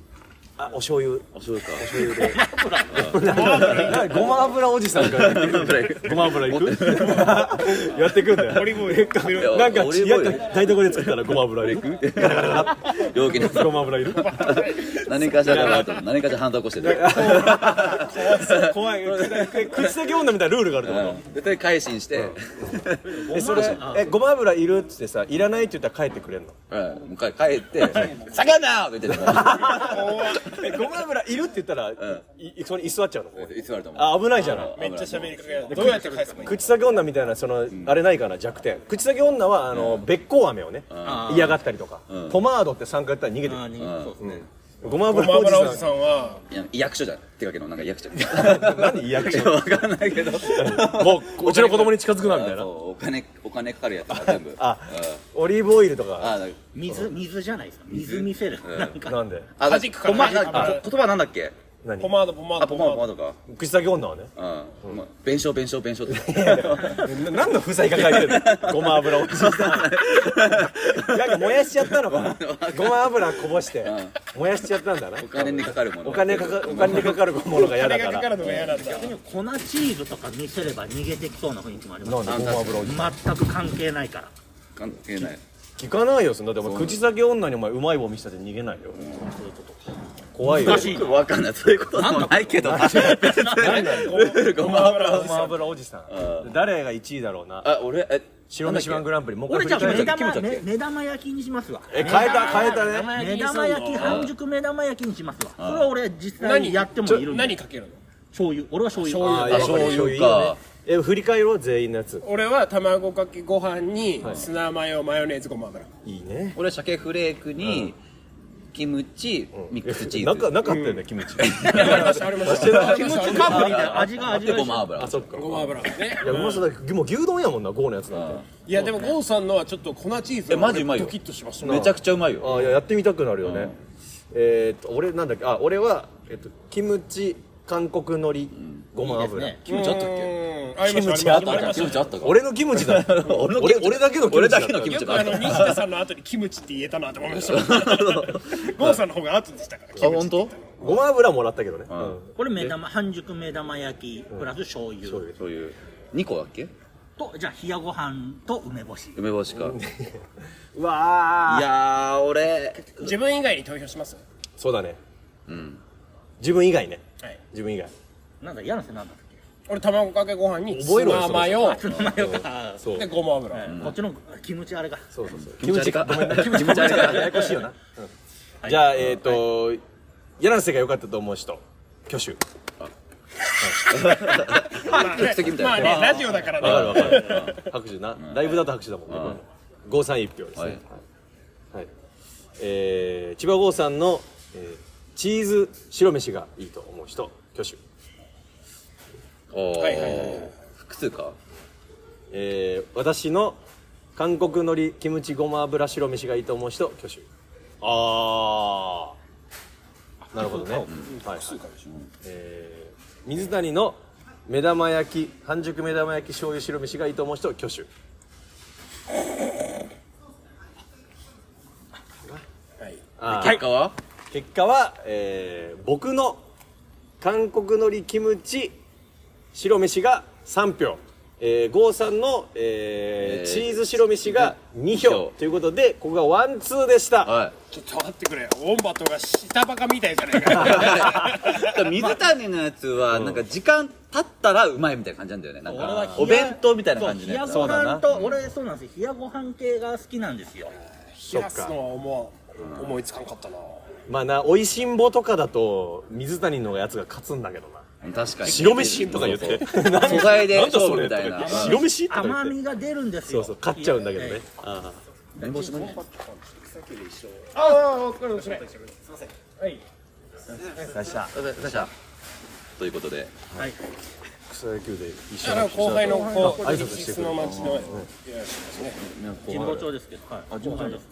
Speaker 2: あお醤油
Speaker 3: あそうか
Speaker 2: お醤油でなんかごま油おじさんから
Speaker 3: ごま油いく
Speaker 2: ごま油いく やってくんだよオリーブオイルなんか
Speaker 3: オリーブオイル
Speaker 2: なんか台所で作ったらごま油い るガラガラガラ
Speaker 3: 容器に
Speaker 2: ごま油 いる
Speaker 3: 何かしらがあると思う何かしら反対起こしてる
Speaker 2: 怖い口先女みたいなルールがあるって
Speaker 3: う
Speaker 2: こ
Speaker 3: ん絶対改心して
Speaker 2: とえそれえごま油いるっつってさいらないって言ったら帰ってくれんの
Speaker 3: うんもう一回帰って「下がんな!」って言ってた
Speaker 2: えごま油いるって言ったらいそこに居座っちゃうの
Speaker 3: いつ言われたもん
Speaker 2: あ危ないじゃない
Speaker 4: めっちゃ喋りかけられ るどうやって返せばいい
Speaker 2: 口先女みたいなそのあれないかな弱点口先女はあのべっこう飴をね嫌がったりとか
Speaker 3: ん
Speaker 2: ポマードって3回言ったら逃げて
Speaker 5: あー
Speaker 2: る
Speaker 5: にそうですね
Speaker 2: ごま
Speaker 4: ごま
Speaker 2: 油おじ
Speaker 4: 油おじ
Speaker 2: さ
Speaker 4: さ
Speaker 2: ん
Speaker 4: んは、
Speaker 3: いや役所じゃん手掛けのなんか役所
Speaker 2: 何嫌が
Speaker 3: いやわかんないけど
Speaker 2: もううちの子供に近づくなみたい
Speaker 3: あ
Speaker 2: な
Speaker 3: そうお金お金かかるやつが全部
Speaker 2: あ
Speaker 3: うん
Speaker 2: オリーブオイルとか
Speaker 3: あなんか
Speaker 5: 水水じゃないですか水見せるなんか
Speaker 2: なんで
Speaker 3: あ
Speaker 4: 弾くから
Speaker 3: ごまなん
Speaker 4: 弾く
Speaker 3: か
Speaker 4: から
Speaker 3: 言葉なんだっけ
Speaker 2: 何
Speaker 4: ポマードポマー
Speaker 3: あ
Speaker 4: ド
Speaker 3: ポマポマとか
Speaker 2: 口先女はね
Speaker 3: うんまあ弁償弁償弁償っ
Speaker 2: な
Speaker 3: て
Speaker 2: 何の負債が書いてるの ごま油おじ さんなんか燃やしちゃったのかなごま油こぼして燃やしちゃったんだな
Speaker 3: お金にかかるもの
Speaker 2: お金かかお金にかかるものが嫌だ
Speaker 4: 金
Speaker 2: か
Speaker 4: がからかるのが嫌なんだ
Speaker 5: 逆に粉チーズとか見せれば逃げてきそうな雰囲気もあり
Speaker 2: な
Speaker 5: ま
Speaker 2: ん
Speaker 5: す
Speaker 2: でごま油おじさん
Speaker 5: 全く関係ないから
Speaker 3: 関係ない
Speaker 2: 聞かないよそんなだってお前口先女にお前うまい棒見せたって逃げないよ
Speaker 5: そういうこと
Speaker 2: 怖いよ
Speaker 3: よくわかんないそういうことでもないけどな別にル ールが
Speaker 4: ごま油
Speaker 2: ごま油おじさん誰が1位だろうな
Speaker 3: あ俺え
Speaker 2: 白飯ワングランプリもう
Speaker 5: 俺
Speaker 2: 一
Speaker 5: じゃ
Speaker 2: 回
Speaker 5: あ
Speaker 2: 振り
Speaker 5: 目
Speaker 2: 返って
Speaker 5: 玉
Speaker 3: キムチだっ
Speaker 5: ね
Speaker 3: け
Speaker 5: 目玉焼きにしますわ
Speaker 2: え変えた変えたね
Speaker 5: 目玉焼き半熟目玉焼きにしますわそれは俺実際に
Speaker 4: 何
Speaker 5: やってもいるんで
Speaker 4: 何かけるの
Speaker 5: 醤油俺は醤油
Speaker 2: あ
Speaker 4: 醤
Speaker 2: あ
Speaker 4: 油
Speaker 2: 醤油いいよねえ振り返ろう全員のやつ
Speaker 4: 俺は卵かけご飯にツナマヨマヨネーズごま油
Speaker 2: いいね
Speaker 3: 俺鮭フレークにキムチミックスチ
Speaker 2: な
Speaker 3: ー
Speaker 2: んか
Speaker 3: ズ
Speaker 2: なかったよねキムチ
Speaker 4: ありましたありました
Speaker 5: キムチカップみたいな味が味
Speaker 3: で
Speaker 5: が
Speaker 3: ごま油
Speaker 2: あそっか
Speaker 4: ごま油ね
Speaker 2: いやうまそうだけどもう牛丼やもんなゴーのやつなんて
Speaker 4: いやでもゴーさんのはちょっと粉チーズ
Speaker 3: えマジうまいよ
Speaker 4: ドキッとしましたね
Speaker 3: めちゃくちゃうまいよ
Speaker 2: ああいややってみたくなるよ
Speaker 3: う
Speaker 2: ね
Speaker 3: ん
Speaker 2: えーっと俺なんだっけあ俺はえっとキムチ韓国海苔ごま油
Speaker 5: いいですね
Speaker 3: キムチあったっけ
Speaker 4: うんありま
Speaker 2: キ
Speaker 4: した
Speaker 2: ムチあっ
Speaker 4: あ
Speaker 2: た
Speaker 4: り
Speaker 2: か
Speaker 4: まし
Speaker 3: キムチあったか
Speaker 2: 俺のキムチだ
Speaker 3: 俺のキムチ
Speaker 2: 俺俺だけのキムチ
Speaker 3: 俺だけのキムチ
Speaker 4: たあの西田さんの後にキムチって言えたなと思いました ゴーさんの方が後でしたからキ
Speaker 3: あ
Speaker 4: ムチ
Speaker 3: 本当
Speaker 2: ごま油もらったけどね
Speaker 3: ん
Speaker 2: うん
Speaker 5: これ目玉半熟目玉焼きプラス醤油
Speaker 2: 油
Speaker 3: そういう2個だっけ
Speaker 5: とじゃあ冷やご飯と梅干し
Speaker 3: 梅干しか
Speaker 2: うわ
Speaker 3: い
Speaker 2: あ
Speaker 3: やー俺
Speaker 4: 自分以外に投票します
Speaker 2: そうだね
Speaker 3: うん
Speaker 2: 自分以外ね
Speaker 4: はい
Speaker 2: 自分以外
Speaker 5: なんだ嫌なせなんだっ
Speaker 4: 俺卵かけご飯に
Speaker 2: 覚
Speaker 4: ツ
Speaker 2: えろよ
Speaker 4: ナマヨ
Speaker 5: けツナマヨか
Speaker 2: そう
Speaker 4: でごま油
Speaker 5: こっちのキムチあれが
Speaker 2: そうそうそう
Speaker 3: キムチあれか
Speaker 2: ごめんね
Speaker 3: キムチあれ
Speaker 2: や
Speaker 3: か
Speaker 2: やこしいよなじゃあえーっと柳瀬が良かったと思う人挙手
Speaker 4: まあね
Speaker 3: 席みたいな
Speaker 4: まあねラジオだからね
Speaker 2: わかるわかる拍手なライブだと拍手だもんねこれ531票ですねはいえー千葉郷さんのえーチーズ白飯がいいと思う人挙手
Speaker 3: お
Speaker 4: はいはいは
Speaker 3: ー複数か
Speaker 2: えー私の韓国海苔キムチごま油白飯がいいと思う人挙手ああなるほどね、はい、えー水谷の目玉焼き半熟目玉焼き醤油白飯がいいと思う人挙手
Speaker 4: はい
Speaker 2: あー
Speaker 3: 結果は
Speaker 2: 結果は、えー僕の韓国のりキムチ白飯が3票、えー、郷さんの、えー
Speaker 3: えー
Speaker 2: チーズ白飯が2票
Speaker 3: 二票
Speaker 2: ということでここがワンツーでした、
Speaker 3: はい
Speaker 4: ちょっと待ってくれウォンバットが下バカみたいじゃないか
Speaker 3: 水谷のやつはなんか時間経ったらうまいみたいな感じなんだよねなん
Speaker 5: 俺は
Speaker 3: か
Speaker 5: 冷や
Speaker 3: お弁当みたいな
Speaker 5: そう
Speaker 3: 感じ
Speaker 5: 冷
Speaker 3: ね
Speaker 5: や
Speaker 2: そ
Speaker 5: ご
Speaker 2: うだな
Speaker 5: 飯と俺そうなんですよ冷やご飯系が好きなんですよ
Speaker 2: そ
Speaker 4: 冷
Speaker 2: っ
Speaker 4: やすの
Speaker 2: か
Speaker 4: は思う思いつかんかったな
Speaker 2: まあなおいしんぼとかだと水谷のやつが勝つんだけどな
Speaker 3: 確かに
Speaker 2: 白飯とか言って
Speaker 3: そうそう素材で
Speaker 2: なんだ
Speaker 3: 勝
Speaker 2: そ
Speaker 3: 負
Speaker 2: れ
Speaker 3: み
Speaker 2: と
Speaker 3: た
Speaker 2: か
Speaker 3: い
Speaker 2: 言っ
Speaker 3: なうん
Speaker 2: て白飯とか言
Speaker 5: 甘
Speaker 2: って
Speaker 5: みが出るんです
Speaker 2: そ
Speaker 5: よ
Speaker 2: うそう勝っちゃうんだけどねあ
Speaker 3: 梅干しもね
Speaker 4: ああ分かりました
Speaker 3: ささということで
Speaker 5: はい
Speaker 2: あ草野球で一緒に
Speaker 4: 後輩のこう
Speaker 2: 挨
Speaker 4: イ
Speaker 2: 拶
Speaker 4: ギ
Speaker 2: し
Speaker 4: リ
Speaker 2: て
Speaker 4: ス
Speaker 2: くれ
Speaker 4: の町の
Speaker 5: 神保町ですけどはい神保町です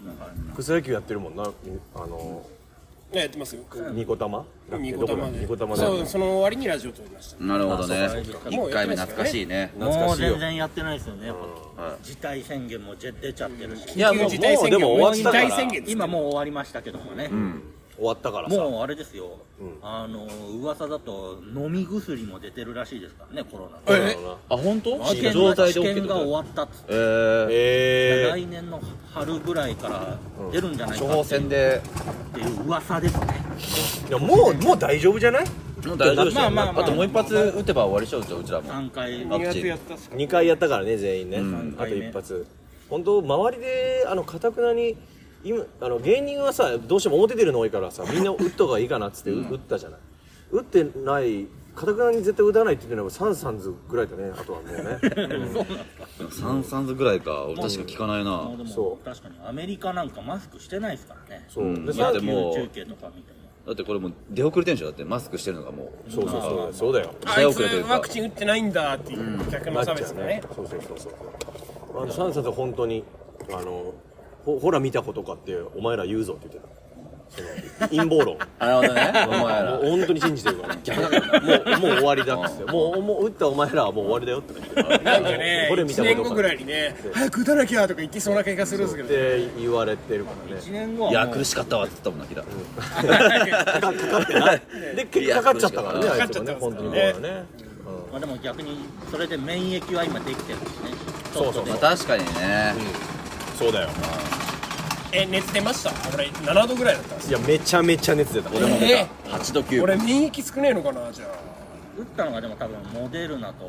Speaker 2: 草野球やってるもんなあの
Speaker 4: ねやってますよ
Speaker 2: ニコ玉だっけ
Speaker 4: ニ
Speaker 2: ど
Speaker 4: コ
Speaker 2: こだ
Speaker 4: 玉
Speaker 2: っけ
Speaker 4: で
Speaker 2: ニコ玉だよ
Speaker 4: そ
Speaker 2: ね
Speaker 4: うその割にラジオ撮りました
Speaker 3: なるほどね
Speaker 4: か
Speaker 3: 1回目懐かしいね
Speaker 2: 懐
Speaker 5: も
Speaker 2: か
Speaker 5: う
Speaker 2: しいよ
Speaker 5: 全然やってないですよねやっ
Speaker 3: は
Speaker 5: ぱ事態宣言も出ちゃってるし
Speaker 3: いや
Speaker 4: 緊
Speaker 3: も
Speaker 4: 急
Speaker 3: う
Speaker 4: 事態宣
Speaker 2: もうで
Speaker 4: 言
Speaker 2: も終わっ
Speaker 4: 緊
Speaker 2: た
Speaker 4: 急
Speaker 2: か
Speaker 4: 事
Speaker 2: ら
Speaker 4: 態宣言
Speaker 5: 今もう終わりましたけどもね
Speaker 2: 終わったからさ
Speaker 5: もうあれですよあの噂だと飲み薬も出てるらしいですからねコロナ
Speaker 4: え
Speaker 5: の
Speaker 2: だからな
Speaker 3: あ本当
Speaker 5: 治験
Speaker 3: 状
Speaker 5: が
Speaker 3: 態
Speaker 5: 治
Speaker 3: で OK って
Speaker 5: 験が終
Speaker 3: こ
Speaker 5: わったっつって
Speaker 3: とえ
Speaker 2: え
Speaker 5: 来年の春ぐらいから出るんじゃない
Speaker 3: ー処
Speaker 5: か
Speaker 3: 方
Speaker 5: って
Speaker 3: 箋で
Speaker 5: いう噂ですね
Speaker 2: ー、いやもうもう大丈夫じゃない
Speaker 3: もう大丈夫でしょ
Speaker 5: ま
Speaker 3: あ
Speaker 5: あまあまあ
Speaker 3: ともう一発打てば終わりそうですようちらも
Speaker 5: 3回
Speaker 3: ワクチン
Speaker 4: ったっすか
Speaker 2: 2回やったからね全員ね、
Speaker 3: ん
Speaker 2: あと一発本当周りであのかたくなに今あの芸人はさどうしても表出るの多い からさみんな打った方がいいかなっつってう打ったじゃない打ってないかたくなに絶対打たないって言ってるのはサンサンズぐらいだねあとはもう ね
Speaker 3: サンサンズぐらいか俺確か聞かないな
Speaker 5: もうで
Speaker 2: そ
Speaker 5: も
Speaker 2: う
Speaker 5: 確かにアメリカなんかマスクしてないですからね
Speaker 2: そう、
Speaker 3: うん
Speaker 2: で
Speaker 3: いや
Speaker 2: さ
Speaker 3: でも
Speaker 5: 野球中継とかみたいな
Speaker 3: だってこれもう出遅れてんでしょだってマスクしてるのがもう
Speaker 2: そうそうそうそうだよ
Speaker 4: あいつワクチン打ってないんだっていう客の差別がね
Speaker 2: そうそうそうそうあのサンサンズ本当にあのほほら見たことかってお前ら言うぞって言ってたその陰謀論
Speaker 3: なるほどね。お
Speaker 2: も
Speaker 3: 前ら
Speaker 2: う。本当に信じてるからもうもう終わりだっ つってもうもう打ったお前らはもう終わりだよとか言って
Speaker 4: なんかね、
Speaker 2: これ見た
Speaker 4: 1
Speaker 2: こと
Speaker 4: 年後ぐらいにね、早く打たなきゃとか言ってそうな気がするんですけ
Speaker 2: っ
Speaker 4: ど、
Speaker 2: て言われてるからね
Speaker 5: 1年後
Speaker 3: い
Speaker 5: は
Speaker 3: や、
Speaker 5: も
Speaker 3: 苦しかったわって言ったもんな、キダ。
Speaker 2: かかかってないで結局かかっちゃったからね
Speaker 3: い
Speaker 2: あ
Speaker 4: や
Speaker 2: いつもね
Speaker 4: かかっ
Speaker 2: 本
Speaker 4: ちゃったん
Speaker 2: 当にこ
Speaker 4: ですよね
Speaker 2: うね
Speaker 5: うまあ、でも逆にそれで免疫は今できてるしね
Speaker 2: そうそう
Speaker 5: ち
Speaker 3: ま
Speaker 5: ょ
Speaker 3: あ
Speaker 5: っと
Speaker 3: 確かにね。
Speaker 2: そうだよ
Speaker 4: え、熱出ました俺、7度ぐらいだったんです
Speaker 2: いやめちゃめちゃ熱出た
Speaker 3: 俺も
Speaker 4: え
Speaker 3: 出た。8度9
Speaker 4: 俺、免疫少ねえのかな、じゃ
Speaker 5: で打ったのがでも多分モデルナと
Speaker 4: あ。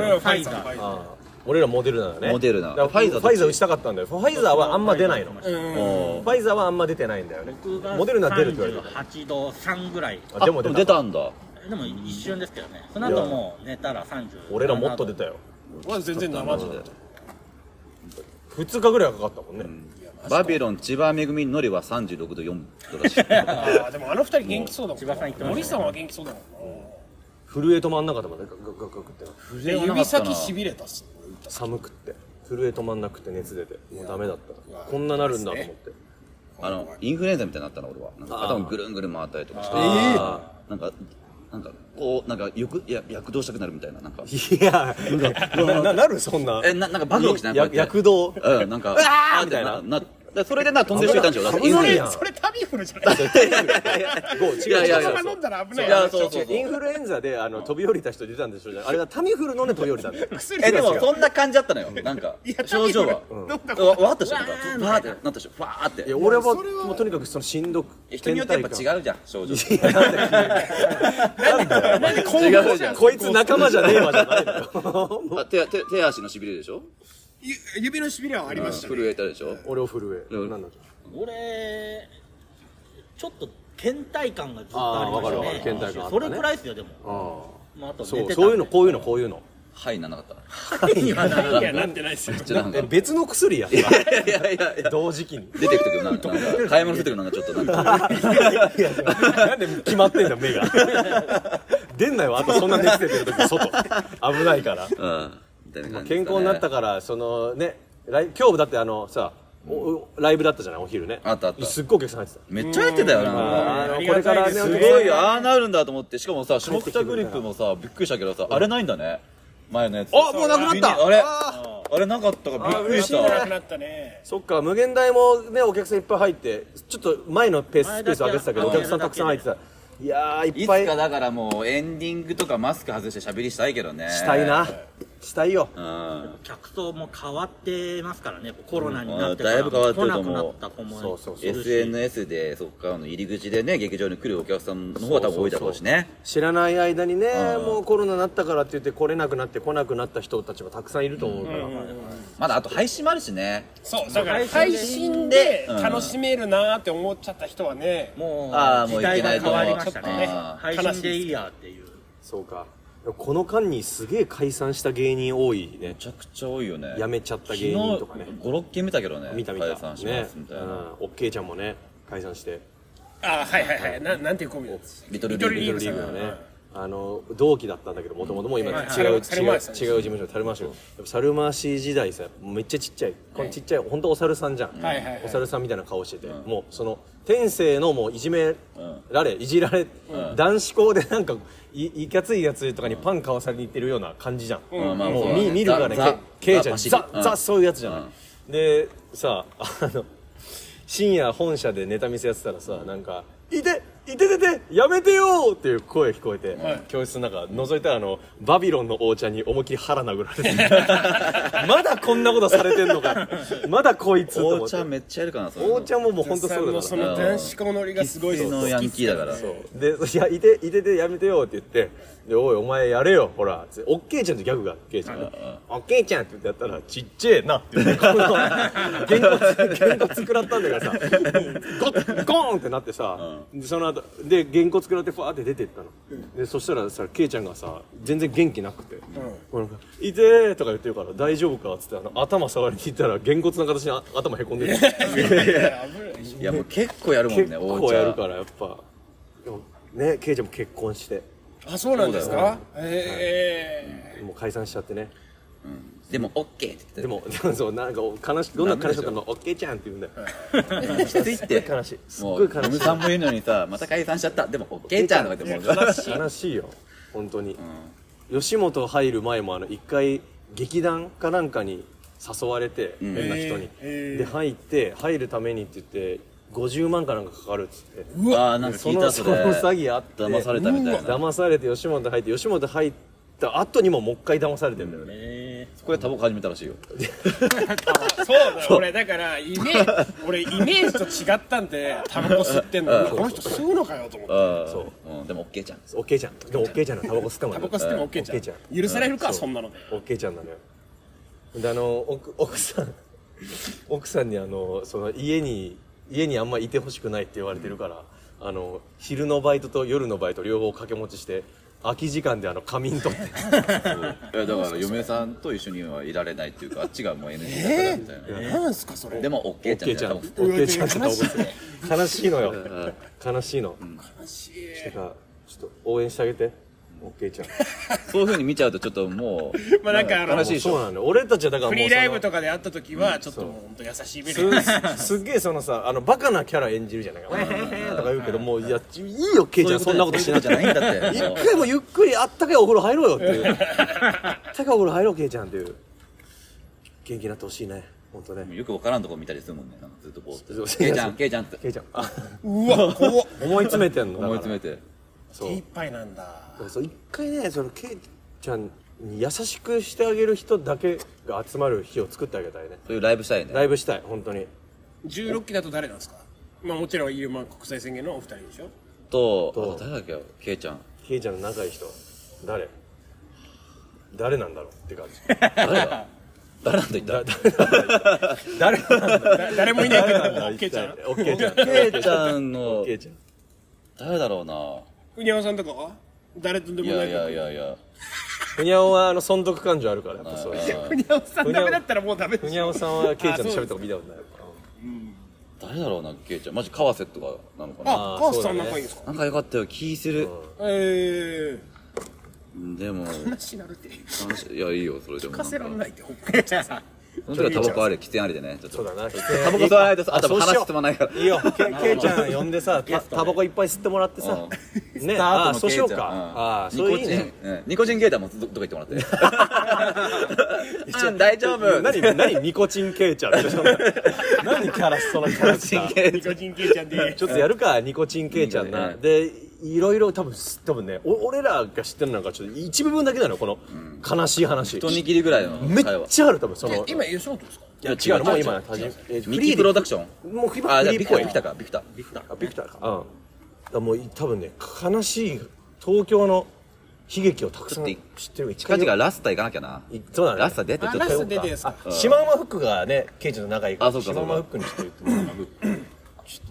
Speaker 4: 俺ら
Speaker 5: らフ
Speaker 4: フ
Speaker 5: ァ
Speaker 4: ァ
Speaker 5: イ
Speaker 4: イ
Speaker 5: ザ
Speaker 4: ザ
Speaker 5: ー
Speaker 4: ー、ファイザー。
Speaker 2: 俺らモデルナだね
Speaker 3: モデルナ
Speaker 2: だからファイザー
Speaker 3: ど
Speaker 2: ファ
Speaker 3: っち
Speaker 2: イザー打ちたかったんだよファイザーはあんま出ないの
Speaker 5: 僕
Speaker 4: う
Speaker 5: が
Speaker 4: ん。
Speaker 2: ファイザーはあんま出てないんだよねモデルナ出るって言われて
Speaker 5: 38度3ぐらい
Speaker 2: たあでも
Speaker 3: あ
Speaker 2: 出た
Speaker 3: 出たんだ。
Speaker 5: でも一瞬ですけどねその後もう寝たら30
Speaker 2: 俺らもっと出たよ
Speaker 4: まだ全然
Speaker 3: マ
Speaker 4: 7
Speaker 3: ジ
Speaker 4: 度
Speaker 3: で
Speaker 4: だ。
Speaker 2: 2日ぐらいはかかったもんね
Speaker 3: バビロン、千葉めぐみのりは36度4度らしい。
Speaker 4: あーでもあの二人元気そうだもん
Speaker 5: 千葉さん言ってましたね
Speaker 4: 森さんは元気そうだもん
Speaker 2: 震え止まんなかったもんねガクガクガクって
Speaker 4: で指先しびれたっす
Speaker 2: 寒くって震え止まんなくて熱出てもうダメだったこんななるんだと思って
Speaker 3: あの、インフルエンザみたいになったの、俺は。なんか頭ぐるんぐるん回ったりとかして。
Speaker 2: あ
Speaker 3: なんか、なんか、こう、なんか、よく、いや、躍動したくなるみたいな、なんか。
Speaker 2: ーいやなななるそんな
Speaker 3: え、な、なんかバグ起きてないこうやって
Speaker 2: 躍 動
Speaker 3: うん、なんか、
Speaker 2: うわー
Speaker 3: あ
Speaker 2: みたいな
Speaker 3: な、なそれでな、飛んでる人いたんでしょだって
Speaker 2: 危ないやん
Speaker 4: それタミフルじゃないですか
Speaker 2: ゴー
Speaker 3: いやいや
Speaker 4: そ
Speaker 3: いや
Speaker 4: のまま飲んだら危ない
Speaker 3: い
Speaker 4: よ
Speaker 3: や、そうそうそう。
Speaker 2: インフルエンザであの飛び降りた人出たんでしょうじゃんあれがタミフル飲んで飛び降りたんだよ
Speaker 4: 薬
Speaker 3: え、でも、
Speaker 4: 違う
Speaker 3: そんな感じだったのよ。なんか
Speaker 4: いや、
Speaker 3: 症状は。
Speaker 4: うん
Speaker 3: うんわわーっとしたなんか、ふわーってなったでしょ。ふわーっ
Speaker 2: いや
Speaker 3: て。
Speaker 2: 俺はもうとにかくそのしんどく
Speaker 3: 人によってやっぱ
Speaker 2: う
Speaker 3: 違うじゃん、症状。
Speaker 4: 違うじゃん
Speaker 2: こいつ仲間じゃねえわじゃないのよ
Speaker 3: あ手、手、手足のしびれでしょ
Speaker 4: ゆ指のしびれはありましたね
Speaker 3: 震えたでしょ
Speaker 2: 俺を震え、
Speaker 3: うん
Speaker 2: なんだっけ
Speaker 5: 俺ちょっと倦怠感がずっとありました
Speaker 2: あーわかるわ
Speaker 5: ね
Speaker 2: かる倦怠感あったね
Speaker 5: それくらいですよでも、
Speaker 2: あ
Speaker 5: まあ、あと
Speaker 2: あ
Speaker 5: 寝てた
Speaker 2: そ
Speaker 5: ん
Speaker 2: う
Speaker 5: で
Speaker 2: そういうのこういうのこういうの
Speaker 3: はい、ならなかっ
Speaker 5: いやなんか
Speaker 4: いやなってないですよ
Speaker 3: た。ちょっとなんか
Speaker 2: え、別の薬や
Speaker 3: いやいやいや。
Speaker 2: 同時期に
Speaker 3: 出てくときなんか、なんか買い物するときなんかちょっとなんか、
Speaker 2: なんで決まってんだ目が出んないわあとそんな熱出てる時外危ないから
Speaker 3: うん、みたいな感じ。
Speaker 2: 健康になった。からそのねライ今日だってあのさおおライブだったじゃないお昼ね
Speaker 3: あったあった
Speaker 2: すっごいお客さん入ってた
Speaker 3: めっちゃやってたよな。
Speaker 2: あの
Speaker 4: あり
Speaker 2: こ
Speaker 4: がた
Speaker 2: れ
Speaker 4: いです
Speaker 2: からね
Speaker 4: す
Speaker 2: お客
Speaker 3: す
Speaker 2: さん
Speaker 3: ごいよああなるんだと思ってしかもさ下北グリップもさびっくりしたけどさあれないんだね前のやつ
Speaker 2: あもうなくなった
Speaker 3: あれあれなかったからびっくりし
Speaker 4: しんど
Speaker 3: た
Speaker 4: なくなったね
Speaker 2: そっか無限大もねお客さんいっぱい入ってちょっと前のペース
Speaker 5: 前
Speaker 2: スペース上げてたけどお
Speaker 5: だけ
Speaker 2: 客さんたくさん入ってたいやーい
Speaker 3: い
Speaker 2: っ
Speaker 3: つ
Speaker 2: ぱい
Speaker 3: かだからもうエンディングとかマスク外して喋りしたいけどね
Speaker 2: したいなしたいよ
Speaker 3: うん
Speaker 5: 客層も変わってますからねコロナになってか
Speaker 3: うんだいぶ
Speaker 5: ら
Speaker 3: 変わってると思う
Speaker 5: 来なくなった子もいるし
Speaker 2: そうそうそう
Speaker 3: SNS でそっからの入り口でね劇場に来るお客さんの方が多分多いだろうしね
Speaker 2: 知らない間にね
Speaker 3: うん
Speaker 2: もうコロナになったからって言って来れなくなって来なくなった人たちもたくさんいると思うから
Speaker 3: まだあと配信もあるしね
Speaker 4: そうだから配信で楽しめるなーって思っちゃった人はね
Speaker 5: も
Speaker 3: あー
Speaker 5: う
Speaker 3: もう
Speaker 5: 時
Speaker 3: いけ
Speaker 5: 代が
Speaker 3: ないと思う
Speaker 5: 変わりましたね
Speaker 3: あ
Speaker 4: ー
Speaker 5: 配信でいいやっていう
Speaker 2: そうかこの間にすげえ解散した芸人多いね
Speaker 3: めちゃくちゃ多いよね
Speaker 2: 辞めちゃった芸人とかね
Speaker 3: 昨日56件見たけどね
Speaker 2: 見た見た
Speaker 3: 解散しま
Speaker 2: ね
Speaker 3: す
Speaker 2: う
Speaker 3: みたい
Speaker 2: ん
Speaker 3: な
Speaker 2: おっけいちゃんもね解散して
Speaker 4: あーはいはいはいななんていうコンビなんです
Speaker 3: リトル
Speaker 4: リ
Speaker 3: リ
Speaker 4: ト
Speaker 3: ーグ
Speaker 4: ルリーグ
Speaker 2: リ
Speaker 4: さ
Speaker 2: ー
Speaker 4: ん
Speaker 2: グのね、あの同期だったんだけどもともともう今違う、
Speaker 4: はい
Speaker 2: 違う違う違う
Speaker 4: 猿回しさんです
Speaker 2: 事務所で猿回しも猿回し時代さめっちゃちっちゃいこのちっちゃい本当お猿さんじゃん、
Speaker 4: はいはいはい
Speaker 2: お猿さんみたいな顔してて、もうその天性のもういじめられ、いじられ、男子校でなんかいいかついやつとかにパン買わされに行ってるような感じじゃん、
Speaker 3: うんまあ
Speaker 2: も
Speaker 3: そ
Speaker 2: う
Speaker 3: うだね
Speaker 2: 見見るから
Speaker 3: ザ
Speaker 2: ねけけいちゃん
Speaker 3: ザ
Speaker 2: ザ
Speaker 3: うん
Speaker 2: ザそういうやつじゃない、でさあの深夜本社でネタ見せやってたらさなんか「いていてててやめてよ!」っていう声聞こえて、教室の中覗いたらあのバビロンのお茶に思いっきり腹殴られて まだこんなことされてんのかまだこいつと思
Speaker 3: お
Speaker 2: って
Speaker 3: 茶めっちゃいるかなそれ
Speaker 2: お茶ももう本当
Speaker 4: さ
Speaker 2: そ
Speaker 4: ん
Speaker 2: うだ
Speaker 4: の
Speaker 2: か
Speaker 4: そ
Speaker 2: ら
Speaker 4: の男子校のりがすごいです
Speaker 3: のヤンキーだから
Speaker 2: そうで「いやいていててやめてよ」って言って「でおいお前やれよほら」つっておっけいちゃんってギャグがあってケイちゃんが「おっけいちゃん」って言ってやったら「ちっちゃえな」って言ってこの 原骨くらったんだからさゴッゴーンってなってさ、でその後で原骨くらってファーって出てったの、でそしたらさケイちゃんがさ全然元気なくて「こうなんかいてー」とか言ってるから「大丈夫か?」っつってあの頭触りに行ったら原骨の形にあ頭へこんでる
Speaker 3: いやもう結構やるもん
Speaker 2: 結
Speaker 3: ね
Speaker 2: 構やるからやっぱでもねケイちゃんも結婚して
Speaker 4: あそうなんですかへえ
Speaker 2: もう解散しちゃってね、
Speaker 3: でも、オッケーって言って
Speaker 2: でも でもそうなんか悲しどんな悲しかったの「オッケーちゃん」って言うんだよ
Speaker 3: きついって
Speaker 2: 悲しいすっ
Speaker 3: も
Speaker 2: ごいう悲
Speaker 3: ムさんもいるのにさまた解散しちゃったでもオッケーちゃんとか言ってもう
Speaker 2: しい悲しいよ本当に、吉本入る前もあの一回劇団かなんかに誘われて変
Speaker 3: ん
Speaker 2: な人に、
Speaker 4: えー
Speaker 2: で入って入るためにって言って50万かなんかかかるっつって
Speaker 4: うわ
Speaker 3: ああなんか
Speaker 2: そ
Speaker 3: 聞い
Speaker 2: の
Speaker 3: た
Speaker 2: そ
Speaker 3: そ
Speaker 2: の
Speaker 3: れ
Speaker 2: 詐欺あって
Speaker 3: 騙されたみたいな
Speaker 2: 騙されて吉本入って吉本入った後にももう一回騙されてんだよね、
Speaker 5: え
Speaker 3: そこでタバコ始めたらしいよ
Speaker 4: そうだ俺だからイメージ俺イメージと違ったんでタバコ吸ってんのうわこの人吸うのかよと思って
Speaker 3: そうんでもオッケーちゃん
Speaker 2: オッケーちゃんでもオッケーちゃんのタバコ吸ったもん
Speaker 4: タ
Speaker 2: ね
Speaker 4: バコ吸っても OK
Speaker 2: オッケーち
Speaker 4: じゃ
Speaker 2: ゃん
Speaker 4: ん許されるか
Speaker 2: そう
Speaker 4: そんなので
Speaker 2: オッケーちゃんなのよであの奥奥さん奥さんにあのその家に家にあんまいてほしくないって言われてるから、あの昼のバイトと夜のバイト両方掛け持ちして空き時間であの仮眠取って
Speaker 3: いやだから嫁さんと一緒にはいられないっていうかあっちがもう NG だからみたいな、
Speaker 4: なんすかそれ
Speaker 3: でもオッケー
Speaker 2: オッケー
Speaker 3: ち
Speaker 2: ち
Speaker 3: ゃ
Speaker 2: ゃ
Speaker 3: ん
Speaker 2: ん
Speaker 3: っ
Speaker 2: オ
Speaker 3: て
Speaker 2: ッケーちゃんとタバコ吸って悲しいのよ悲しいの、
Speaker 4: 悲しい
Speaker 2: てかちょっと応援してあげてオッケーちゃん
Speaker 3: そういうふうに見ちゃうとちょっともう
Speaker 4: まあなんかあの
Speaker 3: 悲しいでし
Speaker 2: そう
Speaker 3: ょ
Speaker 2: なんだよ俺たちはだから
Speaker 4: フ
Speaker 2: も
Speaker 4: リ
Speaker 2: う
Speaker 4: ー
Speaker 2: その
Speaker 4: ライブとかで会った時はちょっともう本当優しい目です
Speaker 2: すっげえそのさあのバカなキャラ演じるじゃないか「わへへへ」とか言うけどもういやいいよケイちゃんそんなことしな
Speaker 3: じ
Speaker 2: じ
Speaker 3: ゃ
Speaker 2: ゃ
Speaker 3: な
Speaker 2: ないい
Speaker 3: んだって
Speaker 2: 一回もゆっくりあったかいお風呂入ろうよっていうあったかいお風呂入ろうケイちゃんっていう元気になってほしいね本当ね
Speaker 3: よくわからんとこ見たりするもんねなんかずっとこうって
Speaker 2: そうそう
Speaker 3: ケイちゃんケイちゃんって
Speaker 2: ケイちゃんあ
Speaker 4: うわ怖っ
Speaker 2: 思い詰めてんの
Speaker 3: 思い詰め
Speaker 2: て
Speaker 3: て
Speaker 2: そ
Speaker 4: 手一
Speaker 2: う
Speaker 4: 杯なんだ
Speaker 2: そう一回ねそのケイちゃんに優しくしてあげる人だけが集まる日を作ってあげたいね
Speaker 3: そういうライブしたいね
Speaker 2: ライブしたい本当に
Speaker 4: 16期だと誰なんですかまあもちろんイルマン国際宣言のお二人でしょ
Speaker 3: と
Speaker 2: と
Speaker 3: あと誰だっけよケイちゃん
Speaker 2: ケイちゃんの仲いい人誰誰なんだろうって感じ
Speaker 3: 誰だ誰なんと言った
Speaker 2: だ誰なんだ
Speaker 4: だ誰もいないけど
Speaker 2: 誰
Speaker 4: OK ちゃん
Speaker 2: オッケーちゃん
Speaker 3: ケイちゃん
Speaker 2: オ
Speaker 3: の
Speaker 2: ッケーちゃん
Speaker 3: 誰だろうな
Speaker 4: うにゃおさんとかは誰とで
Speaker 3: い
Speaker 4: もな
Speaker 3: や
Speaker 4: い
Speaker 3: いやいやいや
Speaker 2: ふにゃおはあの存続感情あるからやっぱそういう
Speaker 4: うにゃおさんダメだったらもうダメ
Speaker 2: ふ
Speaker 4: です
Speaker 2: にゃおさんはケイちゃんと喋ったこと見たことない
Speaker 3: 誰だろうなケイちゃんマジ川瀬とかなのかな
Speaker 4: あ
Speaker 2: あー
Speaker 4: 母さ
Speaker 2: そうんだね
Speaker 4: 仲いいんですか
Speaker 3: なんかよかったよ気する
Speaker 4: ええ
Speaker 3: でも
Speaker 4: 話なるって
Speaker 3: 話いやいいよそれでも
Speaker 4: か
Speaker 3: なん
Speaker 4: せらん
Speaker 3: か
Speaker 4: ないってほっぺちゃん さん
Speaker 3: その時はタバコあれ喫煙ありでねちょっと
Speaker 2: そうだな
Speaker 3: タバコ吸わないとさ頭話進まないから
Speaker 2: いいよケイケイちゃん呼んでさたタバコいっぱい吸ってもらってさねああそうしようかああそ
Speaker 3: ニコ
Speaker 2: れい
Speaker 3: チ
Speaker 2: い
Speaker 3: ン、
Speaker 2: ね
Speaker 3: うんニコチンゲーターもどどこ行 ってもらってうん大丈夫
Speaker 2: 何 何ニコチンケイちゃんって何キャラそのキャラ
Speaker 3: ニコチン
Speaker 2: さ
Speaker 3: ゲータ
Speaker 4: ニ
Speaker 3: ー
Speaker 4: コチンケイちゃんで
Speaker 2: ちょっとやるか、ニコチンケイちゃんな。
Speaker 3: うん
Speaker 2: で、いろいろ多分、多分ね、お俺らが知ってるのがちょっと一部分だけなの、この悲しい話。
Speaker 3: 一握りぐらいの
Speaker 2: めっ
Speaker 3: 会話
Speaker 2: ちゃある、多分、その。い
Speaker 4: 今吉本ですか
Speaker 2: や、違うの、もう今、え
Speaker 3: ミキプロダクション
Speaker 2: もう今、
Speaker 3: あ
Speaker 2: フ
Speaker 3: じゃあ
Speaker 2: リ
Speaker 3: ビ
Speaker 2: ーっ
Speaker 3: クタ
Speaker 2: ぽ
Speaker 3: ー
Speaker 2: い
Speaker 3: ビク。ターかビクター
Speaker 2: あ、ビクターか。うん。だからもう多分ね、悲しい東京の悲劇をたくさん
Speaker 3: ち
Speaker 2: 知っ
Speaker 3: ょっと
Speaker 2: てる。一
Speaker 3: 近
Speaker 2: 回
Speaker 3: 々ラスタ行かなきゃな
Speaker 2: そうだね。
Speaker 3: ラスタ出てちょっと
Speaker 4: あラスタ出てですか
Speaker 2: あシマウマフックがね、ケイちゃんと仲いいから、
Speaker 3: あそうかそう
Speaker 2: シ
Speaker 3: か
Speaker 2: マウマフックにして言ってもらう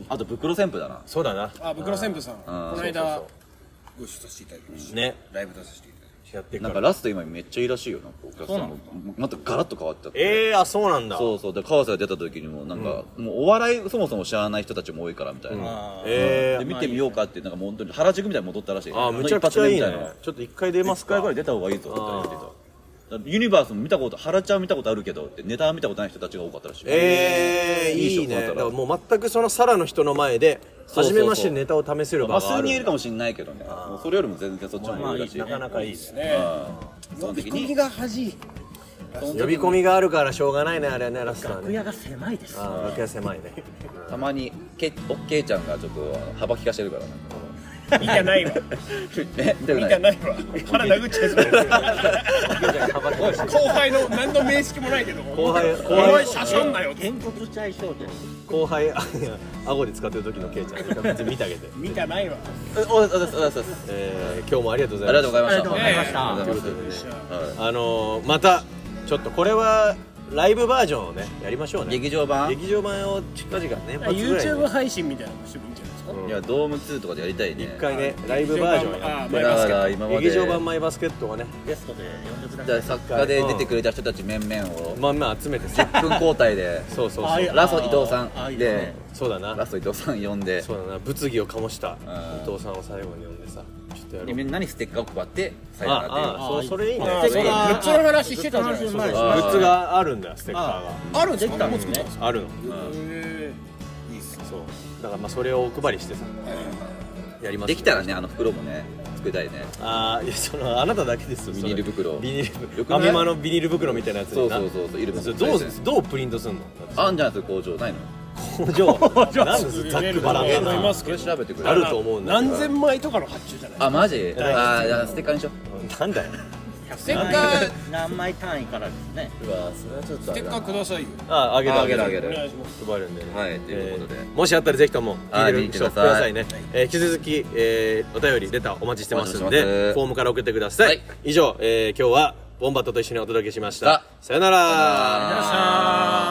Speaker 3: あと袋旋風だな
Speaker 2: そうだな。
Speaker 4: あ袋せんぶさんこの間
Speaker 2: そう
Speaker 4: ご一緒させていただきました
Speaker 2: ね。
Speaker 4: ライブ出させていただきま
Speaker 2: やっていく
Speaker 3: なん
Speaker 2: か。
Speaker 3: からラスト今めっちゃいいらしいよなんかお客さんもまたガラッと変わっちゃって
Speaker 2: えー、あ、そうなんだ。
Speaker 3: そうそうで川瀬が出た時にもなんか、もうお笑いそもそも知らない人たちも多いからみたいな、
Speaker 5: あー
Speaker 2: え
Speaker 3: で
Speaker 2: ー
Speaker 3: 見てみようかってなんかもう本当に原宿みたいに戻ったらしい
Speaker 2: あー、むちゃくちゃいいね。ちょっと一回出ま
Speaker 3: マ
Speaker 2: す
Speaker 3: ス
Speaker 2: か
Speaker 3: カイぐらい出た方がいいぞって言ってただからユニバースも見たこと原ちゃん見たことあるけどってネタは見たことない人たちが多かったらしい
Speaker 2: えー、
Speaker 3: いいでしょ
Speaker 2: いいね。
Speaker 3: こ
Speaker 2: だか
Speaker 3: うな
Speaker 2: ら
Speaker 3: ったら
Speaker 2: もう全くそのサラの人の前で、
Speaker 3: そうそうそう
Speaker 2: 初めましてネタを試せる
Speaker 3: まあ
Speaker 2: 場があ
Speaker 3: 数
Speaker 2: る。
Speaker 3: 人いるかもしれないけどねもうそれよりも全然そっちの方
Speaker 5: ま
Speaker 3: がいい
Speaker 5: あい
Speaker 3: ら
Speaker 5: い
Speaker 3: しい
Speaker 5: なかなかいいですね
Speaker 4: した呼び込みが恥じい
Speaker 2: 呼び込みがあるからしょうがないね、あれはね、ラストは
Speaker 5: 楽
Speaker 2: ね。
Speaker 5: 屋が狭いです
Speaker 2: あー楽屋狭いね。
Speaker 3: たまにケおっけいちゃんがちょっとあの幅利かしてるからなんか
Speaker 4: 見てないわ
Speaker 3: え見たく
Speaker 4: 見
Speaker 3: な
Speaker 4: て
Speaker 3: い
Speaker 4: ないわ腹殴っちゃいそう後輩の何の面識もないけど
Speaker 2: 後輩、 後
Speaker 4: お前
Speaker 2: 輩、
Speaker 4: しゃしゃんなよ
Speaker 5: げんこつちゃいそうです
Speaker 2: 後輩、 あいや顎で使ってる時のケイちゃん、別に見てあげて。
Speaker 4: 見てないわ
Speaker 3: おおおですおですおです
Speaker 2: えー、今日もありがとうご
Speaker 3: あ
Speaker 2: ざ
Speaker 3: り
Speaker 2: いま
Speaker 3: が
Speaker 2: し
Speaker 3: と
Speaker 2: た
Speaker 3: うございました
Speaker 5: ありがとうございました
Speaker 3: ありがとうございますはい
Speaker 2: あのー、またちょっとこれはライブバージョンをねやりましょうね
Speaker 3: 劇場版
Speaker 2: 劇場版を近々年末ぐらいに
Speaker 4: YouTube 配信みたいなのしてもいいんじゃないですか
Speaker 3: いやドーム2とかでやりたいね
Speaker 2: 一回ねライブバージョンをや
Speaker 4: あ
Speaker 3: だから今ま
Speaker 2: る
Speaker 3: で
Speaker 2: 劇場版マイバスケットをね
Speaker 5: ゲストで呼んでください
Speaker 3: で作家で出てくれた人たち面々 を
Speaker 2: まんま集めてさ
Speaker 3: 10分交代で
Speaker 2: そうそう
Speaker 5: あ
Speaker 2: そ
Speaker 5: いうや
Speaker 3: ラスト伊藤さ
Speaker 5: あーい
Speaker 3: ん
Speaker 5: い
Speaker 3: で
Speaker 5: ね
Speaker 2: そうだ
Speaker 3: ラ
Speaker 2: な
Speaker 3: スト伊藤さん呼んで
Speaker 2: そうだな物議を醸した
Speaker 3: ん
Speaker 2: 伊藤さんを最後に呼んでさとやろ
Speaker 3: で
Speaker 2: う
Speaker 3: みんなにステッカーを配ってさよならっていう
Speaker 2: ああそうそれいいね
Speaker 4: あーそうだグッズの話してたじゃない
Speaker 5: 話
Speaker 4: ですか
Speaker 5: うまい
Speaker 2: グ
Speaker 5: し
Speaker 3: あー
Speaker 2: ッズがあるんだよステッカーが
Speaker 4: あるんで
Speaker 5: です
Speaker 4: か
Speaker 5: きた
Speaker 4: も
Speaker 5: の
Speaker 4: う作ったん
Speaker 5: ね
Speaker 4: ですか
Speaker 2: あるの
Speaker 4: へえいいっす
Speaker 2: そうだからまあそれをお配りしてさやります
Speaker 3: できたらねあの袋もね作りたいね
Speaker 2: ああいやそのあなただけですよそれ
Speaker 3: ビニール袋
Speaker 2: ビニール
Speaker 3: よく
Speaker 2: 袋
Speaker 3: な
Speaker 2: フ
Speaker 3: い
Speaker 2: ァミマのビニール袋みたいなやつ
Speaker 3: そ
Speaker 2: に
Speaker 3: う
Speaker 2: な
Speaker 3: そうそうそういるもん
Speaker 2: それどうどうプリント すんの
Speaker 3: あんじゃないですか工場ないの
Speaker 2: 工場なんですざっくばらん
Speaker 4: え
Speaker 2: や
Speaker 4: ー飲み
Speaker 2: な
Speaker 4: ます
Speaker 3: これ調べてくれ
Speaker 2: あると思うんだけど
Speaker 4: 何千枚とかの発注じゃない
Speaker 3: あマジ
Speaker 2: 大
Speaker 3: あーじゃあステッカーにしよう
Speaker 2: なん だよ
Speaker 4: ステッカー
Speaker 5: 何枚単位からですね
Speaker 3: うわそれはちょっと
Speaker 4: ステッカーくださいよ
Speaker 2: あああげる
Speaker 3: ああげるあげ
Speaker 4: お
Speaker 3: る
Speaker 4: 願いします
Speaker 2: 配るんでね
Speaker 3: はいということで
Speaker 2: えーもしあったらぜひとも
Speaker 3: あ
Speaker 2: 聞い
Speaker 3: ー
Speaker 2: て
Speaker 3: 見
Speaker 2: る
Speaker 3: に来
Speaker 2: 人
Speaker 3: て
Speaker 2: く
Speaker 3: ください
Speaker 2: ださいねえー引き続きえーお便りレターお待ちしてますん
Speaker 3: お待ちしてま
Speaker 2: ですフォームから送ってくださ
Speaker 3: はいい
Speaker 2: 以上えー今日はボンバットと一緒にお届けしました
Speaker 3: さ
Speaker 2: さよなら
Speaker 3: あ